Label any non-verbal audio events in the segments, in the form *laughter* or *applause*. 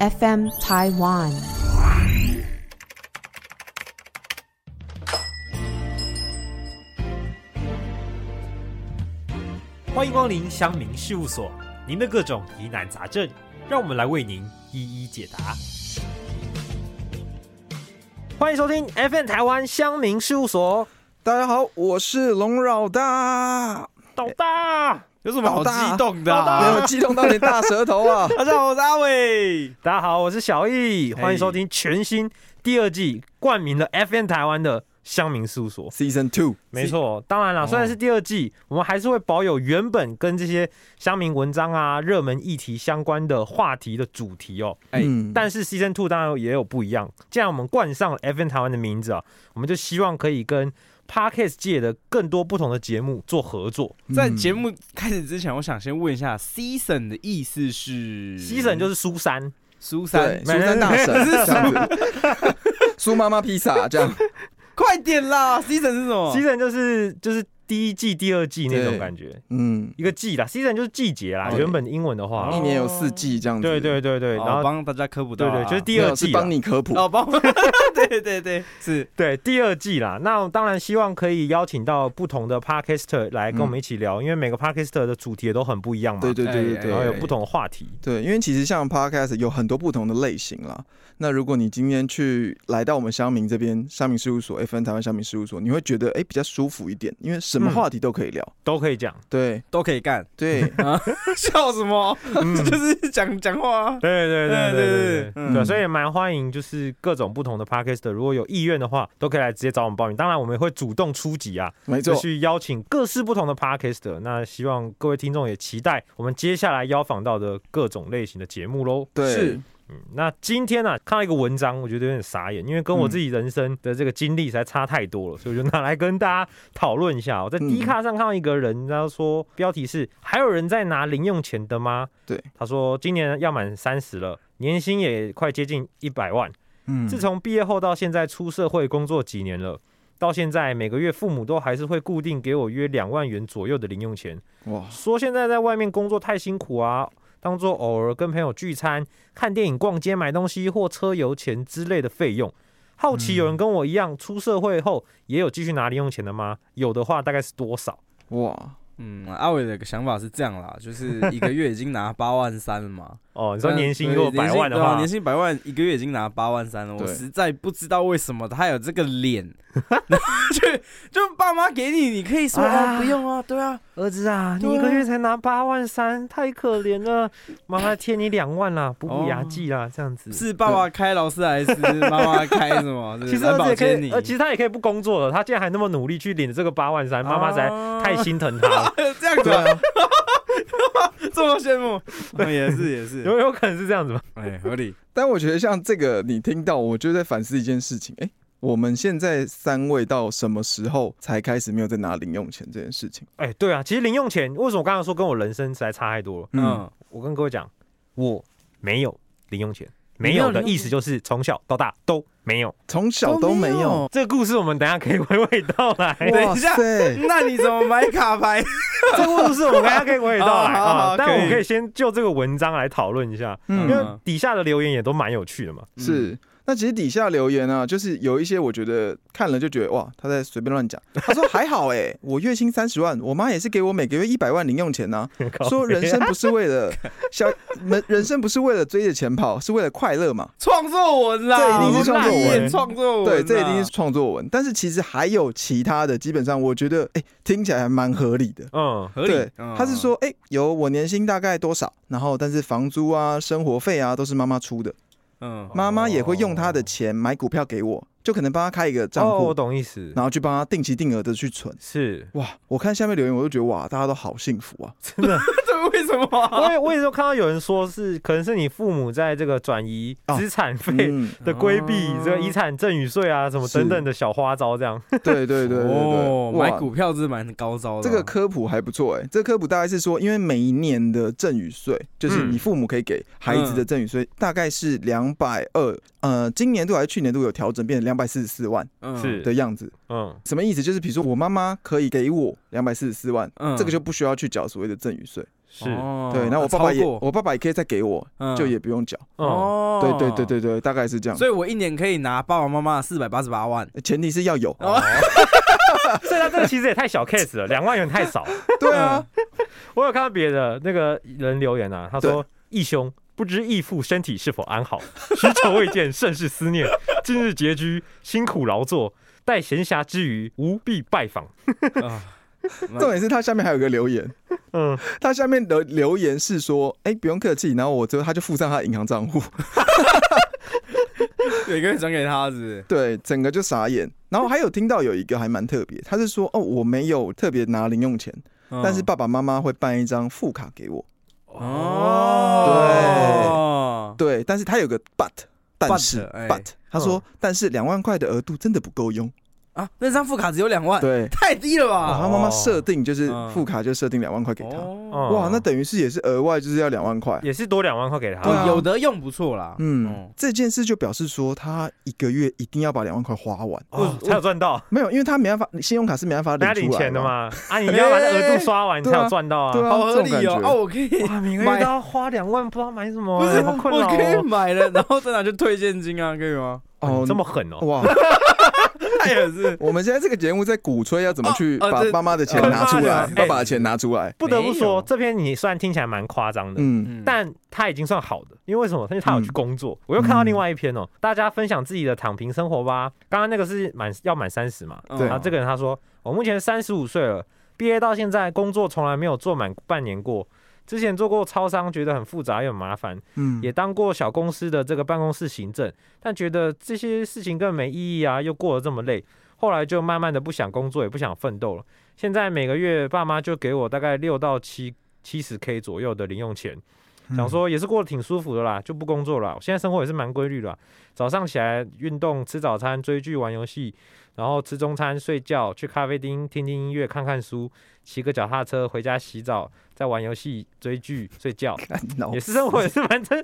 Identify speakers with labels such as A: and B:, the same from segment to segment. A: FM Taiwan。
B: 欢迎光临乡民事务所，您的各种疑难杂症，让我们来为您一一解答。欢迎收听 FM 台湾乡民事务所，
C: 大家好，我是龙老大，
B: 老大有什么好
C: 老大
D: *laughs*
B: 激动的、
C: 没
B: 啊
C: 有？激动到你大舌头啊！
B: 大家好，我是阿伟。大家好，我是小易，欢迎收听全新第二季冠名了 FM 台湾的乡民事务所。
C: *laughs* Season Two，
B: 没，错，哦当然啦，虽然是第二季，我们还是会保有原本跟这些乡民文章啊、热门议题相关的话题的主题哦。
C: 哎、
B: 但是 Season Two 当然也有不一样，既然我们冠上了 FN 台湾的名字啊，我们就希望可以跟 Podcast 界的更多不同的节目做合作。
D: 在节目开始之前，我想先问一下，season 的意思
C: 嗯
D: 是
B: Season 就是苏珊，
D: 苏
C: 对
D: 珊，
C: 苏珊大神
B: *laughs*
C: 这样子，苏妈妈披萨这样，
D: 快点啦！season 是什
C: 哦
D: 么
B: Season 就是就是第一季、第二季那种
C: 对
B: 感觉，
C: 嗯，哦
B: 一个季啦。Season 就是季节啦，
C: 对
B: 原本英文的话
C: 一，年有四季这样子，
B: 哦对对对对，然
D: 哦
B: 后
D: 帮大家科普到
B: 对对，
D: 啊，
B: 就是
C: 没
B: 第
C: 有，
B: 二
C: 是
B: 季啦
C: 帮你科普，
D: 哦，帮我， *laughs* 对对对，是
B: 对，第二季啦。那当然希望可以邀请到不同的 podcaster 来跟我们一起聊，因为每个 podcaster 的主题也都很不一样嘛，
C: 嗯对对对对
B: 哎
C: 对，
B: 然后有不同的话题。
C: 对，因为其实像 podcast 有很多不同的类型啦。那如果你今天去来到我们乡民这边，乡民事务所 FN 台湾乡民事务所，你会觉得哎、比较舒服一点，因为什么
B: 嗯
C: 话题都可以聊。
B: 都可以
C: *laughs*
B: 讲，
C: 对
D: 都可以干，
C: 对，
B: *laughs*
D: 笑什么？
B: 嗯，
D: 就是讲讲话啊。
B: *laughs* 对对对对对对对，
D: 嗯
B: 对，所以也蛮欢迎，就是各种不同的 podcaster，如果有意愿的话，都可以来直接找我们报名。当然，我们也会主动出击啊，
C: 没
B: 就
C: 错，
B: 去邀请各式不同的 podcaster。那希望各位听众也期待我们接下来邀访到的各种类型的节目喽。
C: 对，
D: 是
B: 嗯，那今天呢、啊，看到一个文章，我觉得有点傻眼，因为跟我
C: 嗯
B: 自己人生的这个经历实在差太多了，所以我就拿来跟大家讨论一下哦。我在
C: 嗯
B: D 卡上看到一个人，他说标题是“还有人在拿零用钱的吗？”
C: 对，
B: 他说今年要满三十了，年薪也快接近一百万，
C: 嗯
B: 自从毕业后到现在出社会工作几年了。到现在，每个月父母都还是会固定给我约两万元左右的零用钱，
C: 哇，
B: 说现在在外面工作太辛苦啊，当做偶尔跟朋友聚餐、看电影、逛街、买东西或车油钱之类的费用。好奇有人跟我一样，出社会后也有继续拿零用钱的吗？有的话，大概是多少？
C: 哇，
D: 嗯，阿伟的想法是这样啦，就是一个月已经拿八万三了嘛。
B: 哦，你说年薪
D: 对
B: 如果百万的
D: 年薪对啊
B: 话
D: 年，薪百万一个月已经拿八万三了，我
C: 对
D: 实在不知道为什么他有这个脸，
B: *laughs*
D: 就就爸妈给你，你可以说
B: 啊
D: 啊不用啊，对啊，
B: 儿子啊，
D: 对啊
B: 你一个月才拿八万三，太可怜了，妈妈贴你两万啦，补补牙祭啦，这样子。
D: 哦是爸爸开劳斯莱
B: *laughs*
D: 斯，妈妈开什么？
B: 其实儿
D: 蓝
B: 子
D: 宝
B: 也可
D: 坚
B: 以，
D: 尼，
B: 呃，其实他也可以不工作了，他竟然还那么努力去领这个八万三，妈妈实在
D: 啊
B: 太心疼他了。
D: *laughs* 这样子
C: 对
D: 啊，
C: 啊，
D: *laughs* 这么羡慕，哦也是也是，
B: 啊有有可能是这样子吗？
D: 哎，合理，
C: 但我觉得像这个，你听到我就在反思一件事情，哎、我们现在三位到什么时候才开始没有在拿零用钱这件事情？
B: 哎、对啊，其实零用钱为什么我刚刚说跟我人生实在差太多了？
D: 嗯，
B: 我跟各位讲，我没有零用钱，没有的意思就是从小到大都没有。
C: 从小都没有。
B: 这个故事我们等一下可以娓娓道来，
D: 没有等一下
C: 哇塞
D: *laughs* 那你怎么买卡牌？
B: 这个故事我们等一下可以娓娓道来
D: 好好
B: 啊。
D: 好
B: 但
D: 可以
B: 我们可以先就这个文章来讨论一下，因
C: 嗯
B: 为底下的留言也都蛮有趣的嘛。
C: 是。那其实底下留言啊，就是有一些我觉得看了就觉得哇，他在随便乱讲。他说还好哎、
D: *laughs*
C: 我月薪三十万，我妈也是给我每个月一百万零用钱
D: *laughs*
C: 呐、
B: 靠
C: 说人生不是为了小，人人生不是为了追着钱跑，是为了快乐嘛。
D: 创作文啦，
C: 这一定是创作文
D: 我们演创作文啦，啊
C: 对，这一定是创作文。但是其实还有其他的，基本上我觉得哎、听起来还蛮合理的。
B: 嗯，
D: 合理
C: 对。，他是说，哎、有我年薪大概多少，然后但是房租啊、生活费啊都是妈妈出的，
D: 嗯， *laughs* 嗯，
C: 妈妈也会用她的钱买股票给我，就可能帮她开一个账
B: 哦，
C: 户，
B: 我懂意思，
C: 然后去帮她定期定额的去存。
B: 是
C: 哇，我看下面留言，我就觉得哇，大家都好幸福啊！
B: 真的。
D: 这为什么啊？
B: 我也我也是看到有人说是，可能是你父母在这个转移
C: 哦
B: 资产费
C: 嗯，
B: 的规避
D: 哦，
B: 这个遗产赠与税啊，什么
C: 是
B: 等等的小花招，这样
C: 对对对对对，
D: *laughs* 哦，买
C: 哇
D: 股票是蛮高招的啊。
C: 这个科普还不错哎、这个科普大概是说，因为每一年的赠与税，就是
B: 嗯
C: 你父母可以给孩子的赠与
D: 嗯
C: 税，大概是两百二，呃，今年度还是去年度有调整，变成两百四十四万
D: 嗯
B: 是
C: 的样子。
B: 嗯，
C: 什么意思？就是比如说我妈妈可以给我两百四十四万，
D: 嗯
C: 这个就不需要去缴所谓的赠与税。
B: 是，
D: 哦
C: 对，那我爸爸也，
D: 超过
C: 我爸爸也可以再给我，
D: 嗯
C: 就也不用缴。
B: 哦，
D: 哦，
C: 对对对，对对，大概是这样。
D: 所以我一年可以拿爸爸妈妈四百八十八万，
C: 前提是要有，啊
D: 哦
B: 所以他这个其实也太小 case 了，两万元太
C: *laughs*
B: 少。
C: 对啊，
B: 我有看到别的那个人留言啊，他说义兄。不知义父身体是否安好， *laughs* 许久未见，甚是思念。近日拮据，辛苦劳作，待闲暇之余，务必拜访。哦
D: *laughs* 啊
C: 重点是他下面还有一个留言，
B: 嗯，
C: 他下面的留言是说，哎，不用客气，然后我之后他就附上他的银行账户， *laughs*
D: 有一个人转给他是不是
C: 对，整个就傻眼。然后还有听到有一个还蛮特别，他是说，哦，我没有特别拿零用钱，
D: 嗯
C: 但是爸爸妈妈会办一张副卡给我，
D: 哦，
C: 对，但是他有个 but，但
D: But，
C: 是 but，,、
D: 哎
C: 他说，但是两万块的额度真的不够用，
D: 啊，那张副卡只有两万，
C: 对，
D: 太低了
C: 然
D: 吧？
C: 后妈妈设定就是
D: 哦嗯
C: 副卡就设定两万块给他，
D: 哦
C: 哇，那等于是也是额外就是要两万块，
B: 嗯也是多两万块给他。
C: 对啊
D: 有得用不错啦，
C: 嗯，这件事就表示说他一个月一定要把两万块花完，
B: 哦，才有赚到，
C: 没有，因为他没办法，信用卡是没办法
B: 人家
C: 领
B: 领
C: 出来
B: 钱的。嘛，啊，你要把那额度刷完，你
C: 对
B: 才
C: 啊
B: 有赚到啊。
C: 对啊
D: 好合
C: 这
D: 理
C: 种感，
D: 哦
C: 觉
D: 哦，我可以
B: 哇，每个月
D: 买
B: 都要花两万，不知道买什么、
D: 不
B: 欸，
D: 是，
B: 好困
D: 我
B: 扰、
D: 可以
B: 哦。
D: 买了，然后再拿去退现金啊，可
C: *laughs*
D: 以吗？
B: 哦，
C: 哦，
B: 这么狠哦！
C: 哇！哎
D: 他也是，
C: 我们现在这个节目在鼓吹要怎么去
D: 哦哦
C: 把
D: 对
C: 爸妈的钱拿出
B: 爸妈
C: 来
B: 的，钱
C: 爸爸的钱拿出来。
B: 不得不
D: 没
B: 说，
D: 有
B: 这篇你虽然听起来蛮夸张的，
C: 嗯，
D: 嗯
B: 但他已经算好的，因为为什么？因为他有去工作。我又看到另外一篇哦，大家分享自己的躺平生活吧。刚刚那个是满要满三十嘛，
C: 对
B: 啊，这个
D: 个
B: 人他说，我目前三十五岁了，毕业到现在工作从来没有做满半年过。之前做过超商，觉得很复杂又很麻烦，
C: 嗯，
B: 也当过小公司的这个办公室行政，但觉得这些事情根本没意义啊，又过得这么累。后来就慢慢的不想工作，也不想奋斗了。现在每个月爸妈就给我大概六到七七十 K 左右的零用钱，
C: 嗯
B: 想说也是过得挺舒服的啦，就不工作了啦。我现在生活也是蛮规律的啦，早上起来运动、吃早餐、追剧、玩游戏，然后吃中餐、睡觉，去咖啡厅听听音乐、看看书，骑个脚踏车回家洗澡，再玩游戏、追剧、睡觉。
C: 干
D: 哦
C: 老
B: 也是生活也是蛮真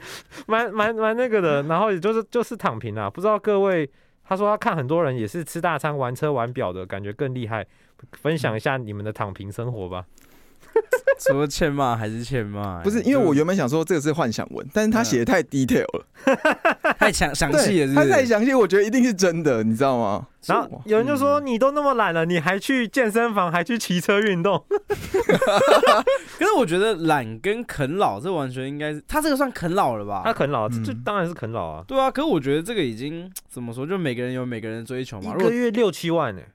B: 蛮蛮蛮那个
D: 嗯
B: 的，然后也就是就是躺平啦、不知道各位，他说他看很多人也是吃大餐、玩车、玩表的感觉更厉害，分享一下你们的躺平生活吧。
D: *laughs* 除了欠骂还是欠
C: *laughs*
D: 骂，
C: 不是，因为我原本想说这个是幻想文，但是他写的太 detail 了，
D: 就
C: *laughs*
D: 太详嗯详细
C: 对
D: 了，是不
C: 他太
D: 是？
C: 详细，我觉得一定是真的，你知道吗？
B: 然后有人就
D: 嗯
B: 说你都那么懒了，你还去健身房，还去骑车运动，
D: *laughs* 可是我觉得懒跟啃老这完全应该是，他这个算啃老了吧
B: 他？啊啃老，这
C: 嗯
B: 这当然是啃老啊，
D: 啊对啊，可是我觉得这个已经怎么说，就每个人有每个人的追求嘛。
B: 一
D: 如
B: 个
D: 果
B: 月六七万呢、欸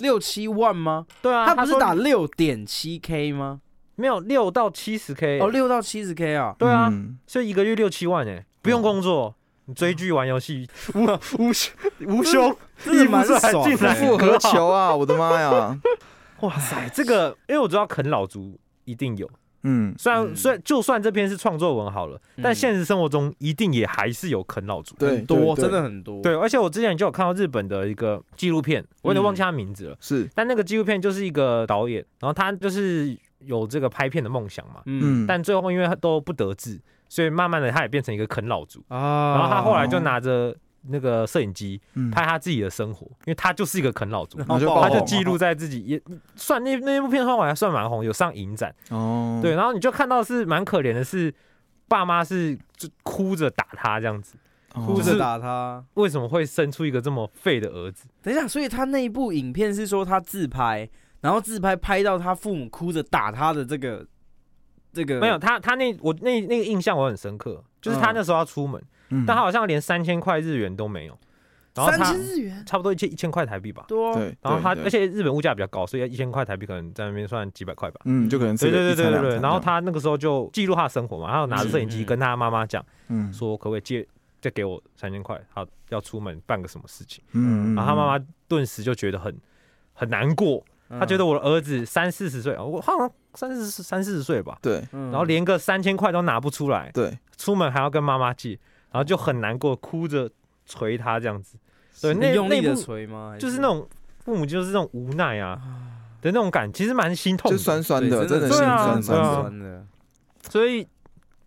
D: 六七万吗？
B: 对啊，
D: 他不是
B: 说
D: 打六点七 K 吗？
B: 没有六到七十 K，欸
D: 哦，六到七十
C: *laughs*
D: K 啊，
B: 对啊，
C: 嗯
B: 所以一个月六七万哎、不
D: 哦
B: 用工作，你追剧玩游戏，无无休无休。 *laughs*
D: 真的蛮
B: 衣服是还
D: 爽
B: 进来
D: 的。
C: 复合球啊，我的妈呀！
B: 哇塞，这个因为我知道啃老族一定有，
C: 嗯，
B: 虽然、
D: 嗯
B: 虽然就算这篇是创作文好了，但
D: 嗯
B: 现实生活中一定也还是有啃老族。
C: 对
D: 很多，
C: 对
D: 真的很多。
B: 对，而且我之前就有看到日本的一个纪录片，我有点
D: 嗯
B: 忘记他名字了，
C: 是，
B: 但那个纪录片就是一个导演，然后他就是有这个拍片的梦想嘛，
D: 嗯
C: 嗯，
B: 但最后因为他都不得志，所以慢慢的他也变成一个啃老族，
D: 啊
B: 然后他后来就拿着。那个摄影机
C: 嗯
B: 拍他自己的生活，因为他就是一个啃老族，
C: 后就爆
B: 他
C: 红
B: 就记录在自己也算那那部片算我还算蛮红，有上影展。
C: 哦，
B: 对，，然后你就看到是蛮可怜的是，爸妈是就哭着打他这样子，
C: 哦
D: 哭
B: 就是
D: 着打他。
B: 为什么会生出一个这么废的儿子？
D: 等一下，所以他那一部影片是说他自拍，然后自拍拍到他父母哭着打他的这个这个
B: 没有，他，他那我那那个印象我很深刻，就是他
D: 嗯
B: 那时候要出门，
C: 嗯
B: 但他好像连三千块日元都没有，然后
D: 三
B: 他
D: 千日元，
B: 差不多一千一千块台币吧，
D: 多啊
C: 对，
B: 然后他
C: 对
B: 而，且日本物价比较高，所以一千块台币可能在那边算几百块吧。
C: 嗯，就可能
B: 对
C: 这个
B: 对
C: 一
B: 对
C: 餐
B: 对
C: 两
B: 对，
C: 餐
B: 然后
C: 这样，
B: 他那个时候就记录他的生活嘛，然后拿着摄影
D: 嗯
B: 机
D: 嗯
B: 跟他妈妈讲，
C: 嗯
B: 说可不可以借再给我三千块，好要出门办个什么事情。
C: 嗯
B: 然后他妈妈顿时就觉得很很难过，
D: 嗯
B: 她觉得我的儿子三四十岁，哦我好像三四十三四十岁吧，
C: 对
D: 然
B: 然后连个三千块都拿不出来，
C: 对
B: 出门还要跟妈妈借，然后就很难过，哭着捶他这样子，对，那
D: 你用
B: 那
D: 力
B: 部
D: 的捶嗯吗？
B: 就是那种父母就是那种无奈啊的那种感，其实蛮心痛
C: 就
B: 的，
C: 酸酸的，
D: 对
C: 真
D: 真
C: 的
D: 的
C: 心
B: 对啊
C: 酸酸
B: 对
C: 的
B: 啊。
D: 酸的，
B: 所以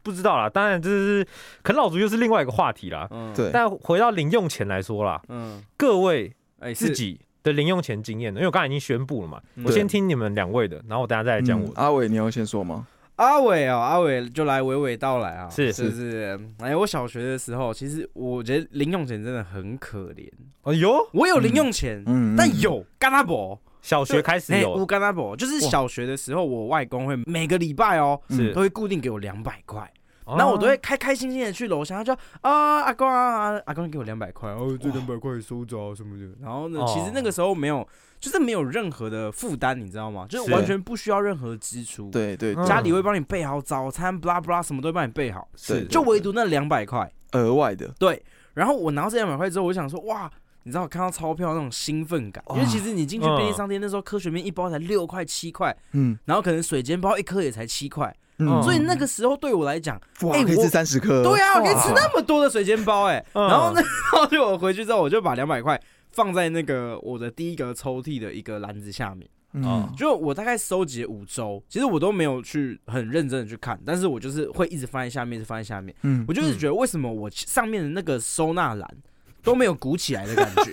B: 不知道啦，当然这是啃老族又是另外一个话题啦。
D: 嗯，
C: 对，
B: 但回到零用钱来说啦，
D: 嗯，
B: 各位
D: 哎，
B: 自
D: 是
B: 己的零用钱经验呢？因为我刚才已经宣布了嘛，
D: 嗯
B: 我先听你们两位的，然后我等下再来讲我
C: 嗯。阿伟，你要先说吗？
D: 阿伟哦，阿伟就来娓娓道来啊，
B: 是
D: 是是。哎，我小学的时候，其实我觉得零用钱真的很可怜。
B: 哎呦，
D: 我有零用钱，
C: 嗯
D: 但有干阿伯，
B: 小学开始
D: 哎，
B: 有
D: 我干阿伯，就是小学的时候，我外公会每个礼拜哦，
C: 嗯
B: 是
D: 都，会固定给我两百块。
B: 哦
D: 然后我都会开开心心的去楼下，他就啊阿公啊阿公给我两百块，哦这两百块收着啊什么的。然后呢，
B: 哦
D: 其实那个时候没有，就是没有任何的负担，你知道吗？就是
B: 是
D: 完全不需要任何支出。，
C: 对对，
B: 嗯
D: 家里会帮你备好早餐，blah blah 什么都会帮你备好，
B: 是
C: 对
D: 就唯独那两百块。
C: 额外的，
D: 对，然后我拿到这两百块之后，我就想说哇。你知道我看到钞票那种兴奋感，因为其实你进去
B: 嗯
D: 便利商店那时候，科学面一包才六块七块，
C: 嗯
D: 然后可能水煎包一颗也才七块，
B: 嗯
D: 所以那个时候对我来讲，
C: 哇
D: 哎
C: 可以
D: 我
C: 吃三十颗，哦
D: 对啊，
B: 哇
D: 我可以吃那么多的水煎包哎、
B: 嗯
D: 然后呢，然后就我回去之后，我就把两百块放在那个我的第一个抽屉的一个篮子下面。
B: 啊
C: 嗯，
D: 就我大概收集了五周，其实我都没有去很认真的去看，但是我就是会一直放在下面，一直放在下面。
C: 嗯
D: 我就是觉得为什么我上面的那个收纳篮都没有鼓起来的感
C: *laughs*
D: 觉，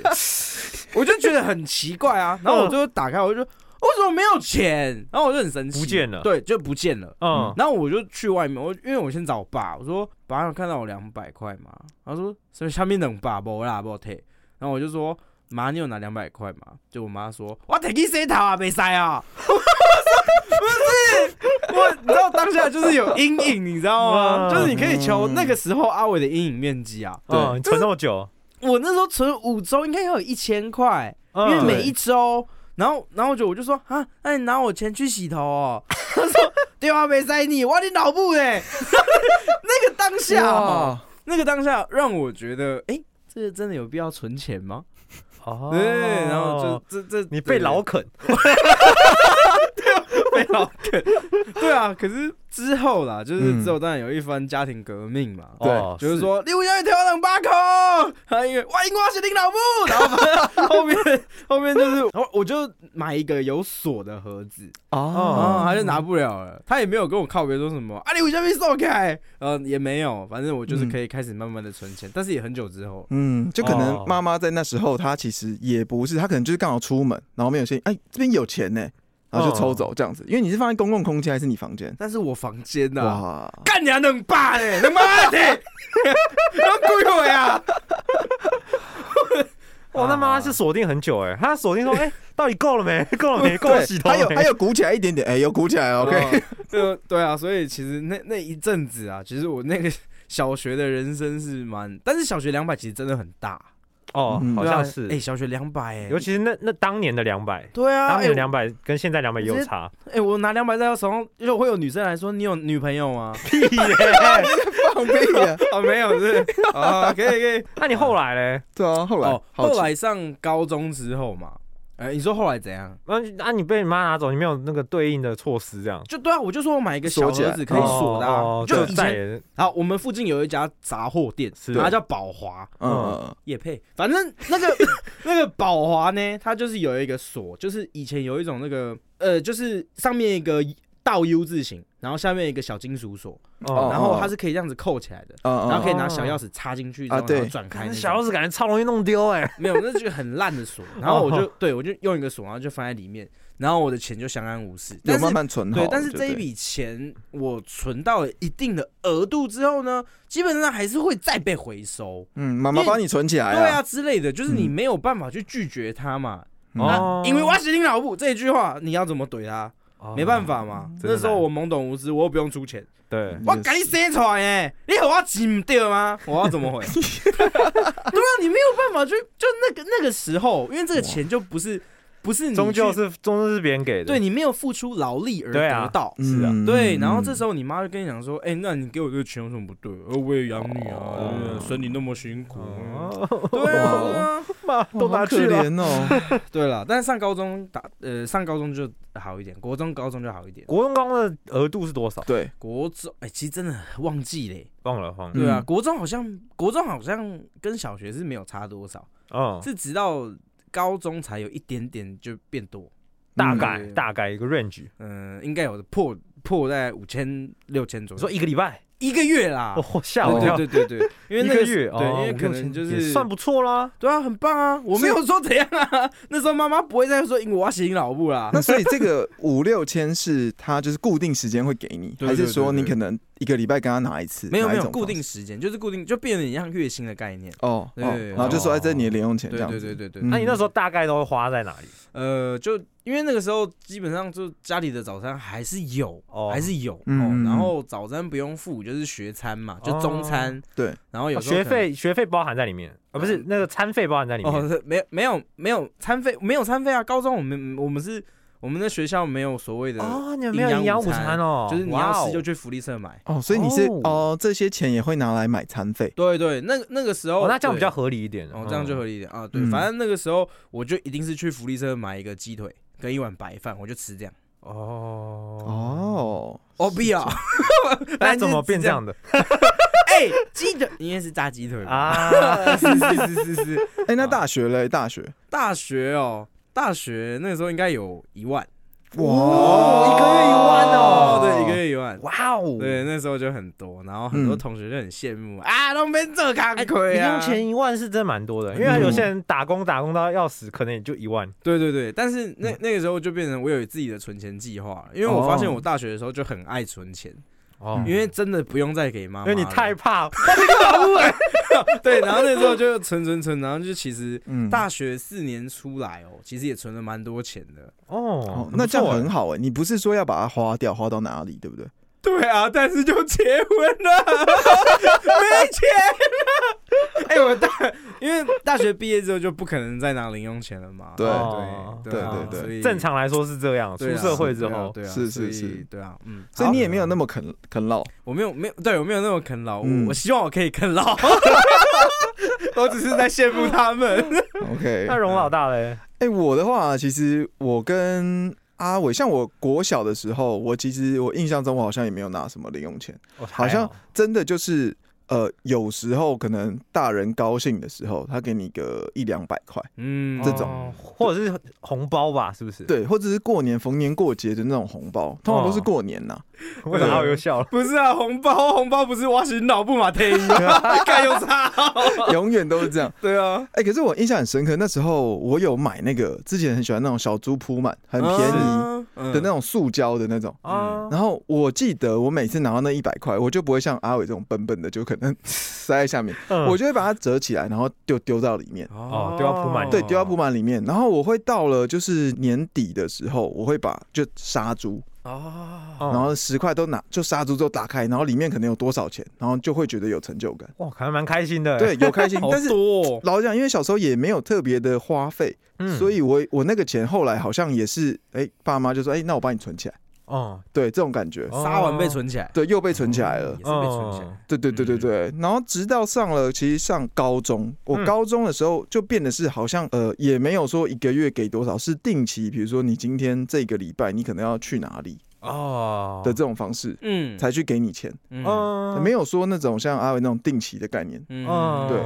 D: 我就觉得很奇怪啊。然后我就打开，我就说哦为什么没有钱？然后我就很生气，
B: 不见了
D: 对，就不见了。
B: 嗯，
D: 然后我就去外面，我因为我先找我爸，我说爸，有看到我两百块嘛？他说所以下面等爸无啦，无退。然后我就说妈，你有拿两百块吗？就我妈说我摕去洗头啊，没塞啊。 *laughs* 不是我，你知道当下就是有阴影，你知道吗？
B: 嗯
D: 就是你可以求那个时候阿伟的阴影面积啊。
C: 对
B: 嗯，存那么久，
D: 我那时候存五周，应该要有一千块，因
B: 因
D: 为每
C: 对
D: 一周，然后然后就我就说啊，那你拿我钱去洗头哦。 *laughs* 他说对啊，没塞你，我你脑部嘞。 *laughs* 那个当下哦，
C: 哇
D: 那个当下让我觉得，哎、这个真的有必要存钱吗？哦
B: 哦，
D: 对，然后就这这
B: 你被老
D: *laughs*
B: 啃，
D: 被老梗，对啊。可是之后啦，就是
C: 嗯
D: 之后当然有一番家庭革命嘛，
C: 对
B: 哦
D: 就是说，你为什么跳两把口？还因为我因我是领导部，然后反正后 *laughs* 面后面就是，我我就买一个有锁的盒子，
B: 哦
D: 啊，
C: 啊，
D: 他就拿不了了。他也没有跟我靠别说什么啊，你为什么送开？呃，也没有，反正我就是可以开始慢慢的存钱，但是也很久之后，
C: 嗯，就可
B: 哦
C: 能妈妈在那时候，她其实也不是，她可能就是刚好出门，然后没有现，哎，这边有钱呢，
B: 哦
C: 然后就抽走这样子。因为你是放在公共空间还是你房间？
D: 但是我房间呐、啊，
C: 哇，
D: 干娘能霸
C: *laughs*
D: 嘞，能妈的，能鬼鬼啊！
B: 哇，那妈妈是锁定很久哎，她锁定说，哎，到底够了没？够了没？够我洗头
C: 还有
B: 没
C: 还有鼓起来一点点，哎，有鼓起来哦，OK，
D: 对对啊，所以其实那那一阵子啊，其实我那个小学的人生是蛮，但是小学两百其实真的很大，
B: 哦，
C: 嗯
B: 好
D: 对
B: 像
D: 啊哎、
B: 是，
D: 小学两百哎
B: 尤，其是那那当年的两百。
D: 对啊，
B: 当
D: 哎、
B: 年
D: 我
B: 的两百跟现在两百也有差，
D: 哎、我拿两百在手上，就会有女生来说你有女朋友吗？
B: 屁 *laughs* 耶！
C: 放屁啊！
D: *laughs*
C: *laughs*
D: 哦，没有是不是啊，可以可以。
B: 那你后来嘞？
C: 对啊，后来
D: 哦，
C: 好奇
D: 后来上高中之后嘛，哎、你说后来怎样？
B: 那那啊你被你妈拿走，你没有那个对应的措施，这样
D: 就对啊，我就说我买一个小
C: 锁起
D: 盒
C: 来
D: 子可以锁的、啊，
B: 哦哦
D: 就
B: 就
D: 以
B: 再
D: 前
B: 也
D: 好，我们附近有一家杂货店，
B: 是
D: 它叫宝华，
C: 嗯，
D: 也配，反正那个 *laughs* 那个宝华呢，它就是有一个锁，就是以前有一种那个呃，就是上面一个倒 U 字形，然后下面一个小金属锁，
C: 哦
D: 然后它是可以这样子扣起来的。
C: 嗯
D: 然后可以
B: 哦
D: 拿小钥匙插进去，
C: 啊
D: 然后
C: 对
D: 然后转开
B: 看
D: 那
B: 那
D: 种。
B: 小钥匙感觉超容易弄丢哎。
D: 没有，那就很烂的锁。然后我
C: 哦
D: 就对我就用一个锁，然后就放在里面，然后我的钱就相安无事。但
C: 有
D: 是
C: 慢慢存好，
D: 对，但是
C: 就
D: 这一笔钱我存到了一定的额度之后呢，基本上还是会再被回收，
C: 嗯，妈妈
D: 因为
C: 帮你存起来
D: 对啊，之类的，就是
C: 嗯
D: 你没有办法去拒绝他嘛。嗯
C: 哦
B: 哦
D: 那因为挖石林老布这一句话，你要怎么怼他？没办法
C: 哦
D: 嗯嘛。
B: 真的
D: 那时候
B: 难
D: 我懵懂无知，我又不用出钱，
B: 对，
D: 我给你生出来耶，你和我挤唔掉吗？我要怎么回？ *laughs* 对啊，你没有办法去，就那个那个时候，因为这个钱就不是不是你去
B: 终究是终究是别人给的。
D: 对你没有付出劳力而
B: 对啊
D: 得到。
C: 嗯
B: 是啊
D: 对，然后这时
C: 候
D: 候你妈就跟你讲说：“哎、那你给我这个钱有什么不对？呃，我也养你啊，
B: 哦
D: 对不对生你那么辛苦。
B: 哦， *laughs*
D: 对啊，对啊，
B: 妈都拿
C: 可
B: 去了。
C: 怜
D: *laughs*
C: 哦，
D: 对了。但是上高中打呃，上高中就好一点，国中、高中就好一点。
B: 国中高中的额度是多少？
C: 对，
D: 国中哎、其实真的忘记嘞。
B: 忘了，忘了。
D: 对啊，
C: 嗯
D: 国中好像国中好像跟小学是没有差多少，
C: 哦
B: 嗯，
D: 是直到高中才有一点点就变多，
B: 嗯大
D: 对
B: 概
D: 对对
B: 大概一个 range。
D: 嗯、应该有破破在五千六千左
B: 你
D: 右。
B: 说一个礼拜？
D: 一个月啦。
B: 哦，吓我一跳，
D: 对对对对，对因为
B: 一
D: 那个
B: 个月，哦
D: 对，因为可能就
B: 也
D: 是
B: 算不错啦。
D: 对啊，很棒啊！我没有说怎样啊，那时候妈妈不会再说因为我要洗脑部啦。
C: 那所以这个五六千是他就是固定时间会给你，
D: 对对
C: 还是
D: 对
C: 说
D: 对
C: 你可能一个礼拜跟他拿一次？
D: 没有
C: 哪一
D: 没有
C: 种
D: 固
C: 方
D: 定
C: 式
D: 时间，就是固定就变得很像月薪的概念。
C: 哦
D: 对对对
C: 哦，然后就说哎，这是你的零用钱这
D: 对
C: 样
D: 对
C: 子。
D: 对对对，
C: 嗯
B: 那你那时候大概都会花在哪里？
D: 呃，就因为那个时候基本上就家里的早餐还是有，
B: 哦
D: 还是有，
C: 嗯哦
D: 哦，然后早餐不用付，就是学餐嘛，就中餐，
C: 对，
D: 然后有
B: 哦
D: 时候
B: 学
D: 可能嗯
B: 费学费包含在里面，啊，不是那个餐费包含在里面。
D: 哦，没有没有没有餐费，没有餐费啊！高中我们我们是我们的学校没有所谓的，
B: 哦，你们没有营养午餐哦，
D: 就是你
B: 哇
D: 要
B: 哦
D: 吃就去福利社买。
C: 哦，所以你是
B: 哦
C: 哦，这些钱也会拿来买餐费。
D: 对对，那个那个时候，
B: 哦，那这样比较
D: 对
B: 合理一点。
D: 哦，这样就合
B: 理。
D: 理一点啊。对，
C: 嗯
D: 反正那个时候我就一定是去福利社买一个鸡腿跟一碗白饭，我就吃这样。
B: 哦
C: 哦，
D: 哦，不要，
B: 哦， *laughs* 那怎么变这
D: *laughs*
B: 样的
D: 哎，鸡腿应该是炸鸡腿吧？
B: 啊？
D: *laughs* 是是是是是。
C: 哎，那大学嘞？大学
D: 大学哦，大学那个时候应该有一万
B: 哦一个月一万哦
D: 对，一个月一万。
B: 哇哦，
D: 对，那时候就很多，然后很多
C: 嗯
D: 同学就很羡慕、啊，龙边做卡
B: 哎，
D: 亏
B: 零
D: 啊
B: 用，钱一万是真蛮多的，因
C: 嗯
B: 为有些人打工打工到要死，可能也就一万。
D: 对对对，但是
B: 嗯
D: 那那个时候就变成我有自己的存钱计划了，因为我发现
C: 哦
D: 我大学的时候就很爱存钱，
B: 哦，
C: 嗯
D: 因为真的不用再给妈妈
B: 因
D: 了，
B: 为你太怕
D: 对，然后那时候就存存存，然后就其实
C: 嗯
D: 大学四年出来哦，其实也存了蛮多钱的。
B: 哦
C: 哦，，那这样很
B: 好。
C: 好哎。你不是说要把它花掉，花到哪里，对不对？
D: 对啊，但是就结婚了， *laughs* 没钱了。哎、我大因为大学毕业之后就不可能再拿零用钱了嘛。
C: 对
B: 哦
D: 对啊
C: 对对对
D: 所以
B: 正常来说是这样，出
D: 对啊
B: 社会之
D: 对啊
B: 后，
D: 对啊，
C: 是
D: 所
C: 是
D: 以
C: 是
D: 对啊，嗯，
C: 所以你也没有那么啃啃 *laughs* 老。
D: 我没有没有，对我没有那么啃老，
C: 嗯
D: 我我希望我可以
C: *laughs*
D: 啃老，我只是在羡慕他们。
C: OK，
B: 那
D: 嗯
B: 荣老大嘞？
C: 哎、我的话，其实我跟阿伟，像我国小的时候，我其实我印象中我好像也没有拿什么零用钱，
B: 哦
C: 好像
B: 还好
C: 真的就是呃，有时候可能大人高兴的时候，他给你个一两百块，
D: 嗯
C: 这种
B: 哦或者是红包吧，是不是？，
C: 对，或者是过年逢年过节的那种红包，通常都是过年呐、
B: 为什么我又笑了？
D: 不是啊，红包红包不是挖醒脑部马天
C: *laughs*
D: 一吗？该有差。
C: 永远都是这样。
D: 对啊，
C: 哎、可是我印象很深刻，那时候我有买那个之前很喜欢那种小猪铺满，很便宜
D: 宜
B: 嗯
C: 的那种塑胶的那种。
D: 嗯
B: 啊，
C: 然后我记得我每次拿到那一百块，我就不会像阿伟这种笨笨的，就可能 *laughs* 塞在下面，
B: 嗯
C: 我就会把它折起来，然后丢丢到里面，
B: 哦丢到铺满
C: 对，丢到铺满里面。然后我会到了就是年底的时候，我会把就杀猪，
D: 哦，
B: 嗯
C: 然后十块都拿，就杀猪之后打开，然后里面可能有多少钱，然后就会觉得有成就感，
B: 哇，还蛮开心的。欸
C: 对，有开
B: *laughs*
C: 心
D: 好。
C: 但是
D: 多哦
C: 老实讲，因为小时候也没有特别的花费，
B: 嗯，
C: 所以我我那个钱后来好像也是，哎，爸妈就说，哎，那我帮你存起来，
B: 哦，
C: 对，这种感觉，
B: 哦哎
D: 杀完被存起来，哦
C: 对，又被存起来了
D: 也。是被存起来。
C: 对对对对对，然后直到上了，其实上高中，我
B: 嗯
C: 高中的时候就变得是好像呃，也没有说一个月给多少，是定期，比如说你今天这个礼拜你可能要去哪里
B: 哦
C: 的这种方式，
D: 嗯，
C: 才去给你钱，呃
B: 嗯
D: 哦
C: 没有说那种像阿伟那种定期的概念，
D: 嗯
B: 哦
D: 对，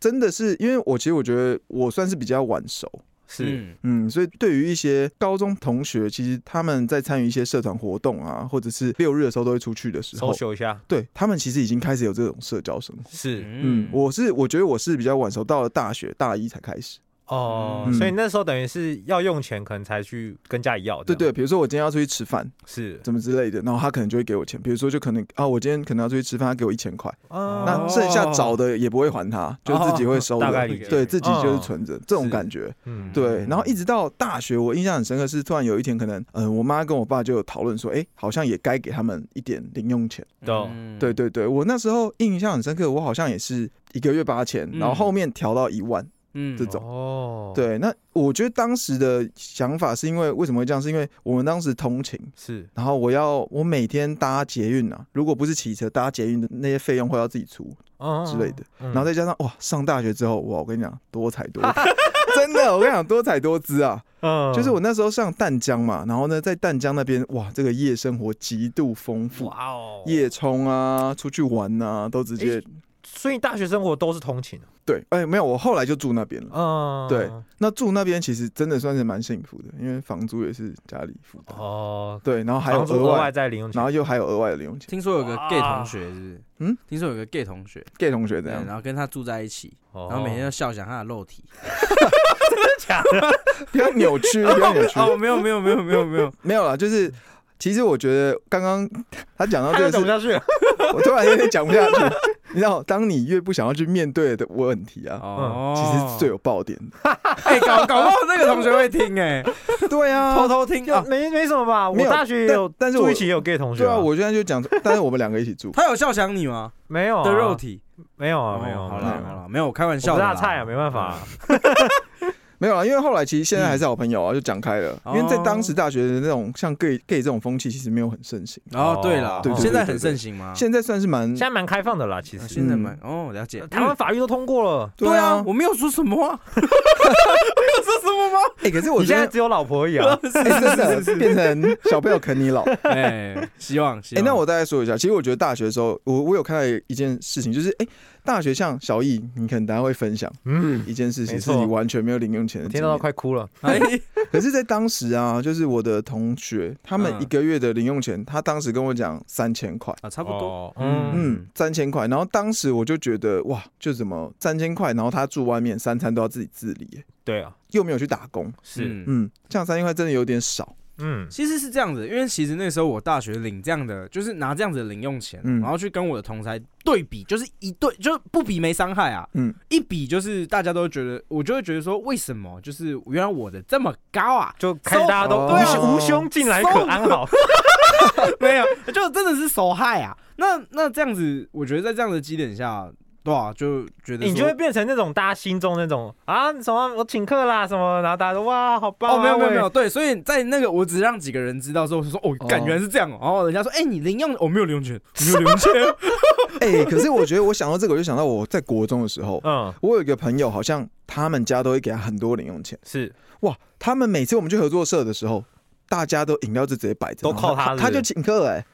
C: 真的是因为我其实我觉得我算是比较晚熟，
B: 是
D: 嗯
C: 嗯，所以对于一些高中同学，其实他们在参与一些社团活动啊，或者是六日的时候都会出去的时
B: 搜
C: 候，
B: 求一下，
C: 对他们其实已经开始有这种社交生活。
B: 是
C: 嗯，我是我觉得我是比较晚熟，到了大学大一才开始。
B: 哦
C: 嗯，
B: 所以那时候等于是要用钱，可能才去跟家里要。
C: 对
B: 这
C: 对，
B: 样，
C: 比如说我今天要出去吃饭，
B: 是
C: 怎么之类的，然后他可能就会给我钱。比如说就可能啊，我今天可能要出去吃饭，他给我一千块，
B: 哦
C: 那剩下找的也不会还他，就自己会收
B: 大概
C: 的
B: 理解，
C: 对自己就是
B: 嗯
C: 存着这种
D: 是
C: 感觉。
B: 嗯
C: 对，然后一直到大学，我印象很深刻是，突然有一天可能，嗯、我妈跟我爸就有讨论说，哎，好像也该给他们一点零用钱。
B: 懂
D: 嗯
C: 对对对，我那时候印象很深刻，我好像也是一个月八千，然后
D: 嗯
C: 后面调到一万。
D: 嗯
C: 这种
B: 哦，，
C: 对，那我觉得当时的想法是因为为什么会这样？是因为我们当时通勤，
B: 是
C: 然后我要我每天搭捷运啊，如果不是骑车搭捷运的那些费用会要自己出
B: 哦
C: 之类的，，
B: 嗯
C: 然后再加上哇，上大学之后哇，我跟你讲多彩多姿，
B: *laughs*
C: 真的，我跟你讲多彩多姿啊！
B: 嗯
C: 就是我那时候上淡江嘛，然后呢在淡江那边哇，这个夜生活极度丰富，
B: 哇哦，
C: 夜冲啊，出去玩啊，都直接
B: 所以大学生活都是通勤。
C: 对，哎、没有，我后来就住那边了。
B: 嗯，
C: 对那住那边其实真的算是蛮幸福的，因为房租也是家里付的。
B: 哦，
C: 对，然后还有
B: 房租
C: 额
B: 额
C: 外
B: 外，再零用钱
C: 然，后又还有额外的零用钱。
D: 听说有个 gay
B: 哇
D: 同学是不是？
C: 嗯，
D: 听说有个 gay 同学，
C: gay 同学这
B: *laughs*
D: 对，
C: 样
D: 然，后跟他住在一起，
B: 然
D: 然后每
B: *laughs*
D: 天都笑想他的
C: *laughs*
D: 肉体。
B: 假的，
C: 不要扭曲，不要扭曲。
D: 哦，没有没有没有没有没有，
C: 没有啦，就是其实我觉得刚刚他讲到
B: 他
C: 这
B: 就走
C: 个事
B: 不，下去了。
C: 我突然有点讲不下去。你知道，当你越不想要去面对的问题啊，
D: 哦，
C: 其实是最有爆点的。
D: 哎，搞搞不好那个同学会听哎，
C: *laughs* 对啊，
D: *laughs* 偷偷听
B: 就
D: 啊，，
B: 没没什么吧，我
C: 没有
B: 大学也有，
C: 但但是
B: 住
C: 我
B: 一起也有 gay 同学。
C: 对啊，我现在就讲， *laughs* 但是我们两个一起住
B: *laughs*
D: 他有笑想你吗？
B: 没有啊
D: 的肉体
B: 没有啊，没有
D: 哦
B: 啊，
D: 好
B: 没有啊
D: 了
C: 啦
D: 好了，没有，我开玩
B: 我
D: 笑
B: 不
D: 的
B: 大
D: 啦。
B: 菜啊，没办法
C: 嗯
B: 啊。
C: 没有啦，因为后来其实现在还是好朋友啊，就讲开了。因
B: 嗯
C: 为在当时大学的那种像 gay gay 这种风气，其实没有很盛行，
D: 然后对了
B: 哦对对，对
D: 现在
C: 对
D: 很
C: 对
D: 盛行吗？
B: 啊
C: 现在算是蛮
B: 现在蛮开放的啦，其
D: 啊
B: 实
D: 现在蛮哦，了解。
B: 台湾法律都通过了，
D: 对啊，
C: 啊。
D: 我没有说什么啊，我有说什么吗？
C: 哎，可是我
B: 你现
C: 觉
B: 在
C: 得
B: 只有老婆而已啊。
C: 哎真的变成小朋友啃你老。
D: *laughs* *laughs* 哎，希望希
C: 哎、
D: 望。
C: 那我大概说一下，其实我觉得大学的时候，我我有看到一件事情，就是哎、大学像小易，你可能大家会分享
B: *laughs* 嗯，
C: 一件事情，
B: 没
C: 是
B: 错
C: 你完全没有零用钱的经
B: 听到都
C: 验。
B: 快哭了。
D: 哎，
C: 可是，在当时啊，就是我的同学，他们
D: 嗯
C: 一个月的零用钱，他当时跟我讲三千块，
D: *laughs* 啊，差不多。
B: 哦
D: 嗯
C: 嗯，三千块。然后当时我就觉得哇，就怎么三千块，然后他住外面，三餐都要自己自理、哎
B: 对啊，
C: 又没有去打工，
B: 是，
D: 嗯，
C: 嗯，这样三千块真的有点少，
B: 嗯，
D: 其实是这样子，因为其实那时候我大学领这样的，就是拿这样子的零用钱，
C: 嗯
D: 然后去跟我的同才对比，就是一对，就是不比没伤害啊，
C: 嗯，
D: 一比就是大家都觉得，我就会觉得说，为什么就是原来我的这么高 *laughs* 啊？
B: 就开始大家都
C: 哦
B: 无胸无胸进来可安好。
D: 没有，就真的是受害啊。那那这样子，我觉得在这样的基点下，对啊，就觉得
B: 你
D: 说
B: 就会变成那种大家心中那种啊什么我请客啦什么，然后大家都哇好棒啊、
D: 哦，没有没有没
B: 喂
D: 有，对，所以在那个我只让几个人知道之后，就说哦，
C: 哦
D: 感原来是这样哦。然后人家说，哎、你零用，我、没有零用 *laughs* 钱，我没有零用钱，
C: 哎、可是我觉得我想到这个，我就想到我在国中的时候，
B: 嗯
C: 我有一个朋友，好像他们家都会给他很多零用钱。
B: 是
C: 哇，他们每次我们去合作社的时候，大家都饮料就直接摆着，
B: 都靠
C: 然
B: 他是
C: 后
B: 不
C: 他
B: 是
C: 就请客哎、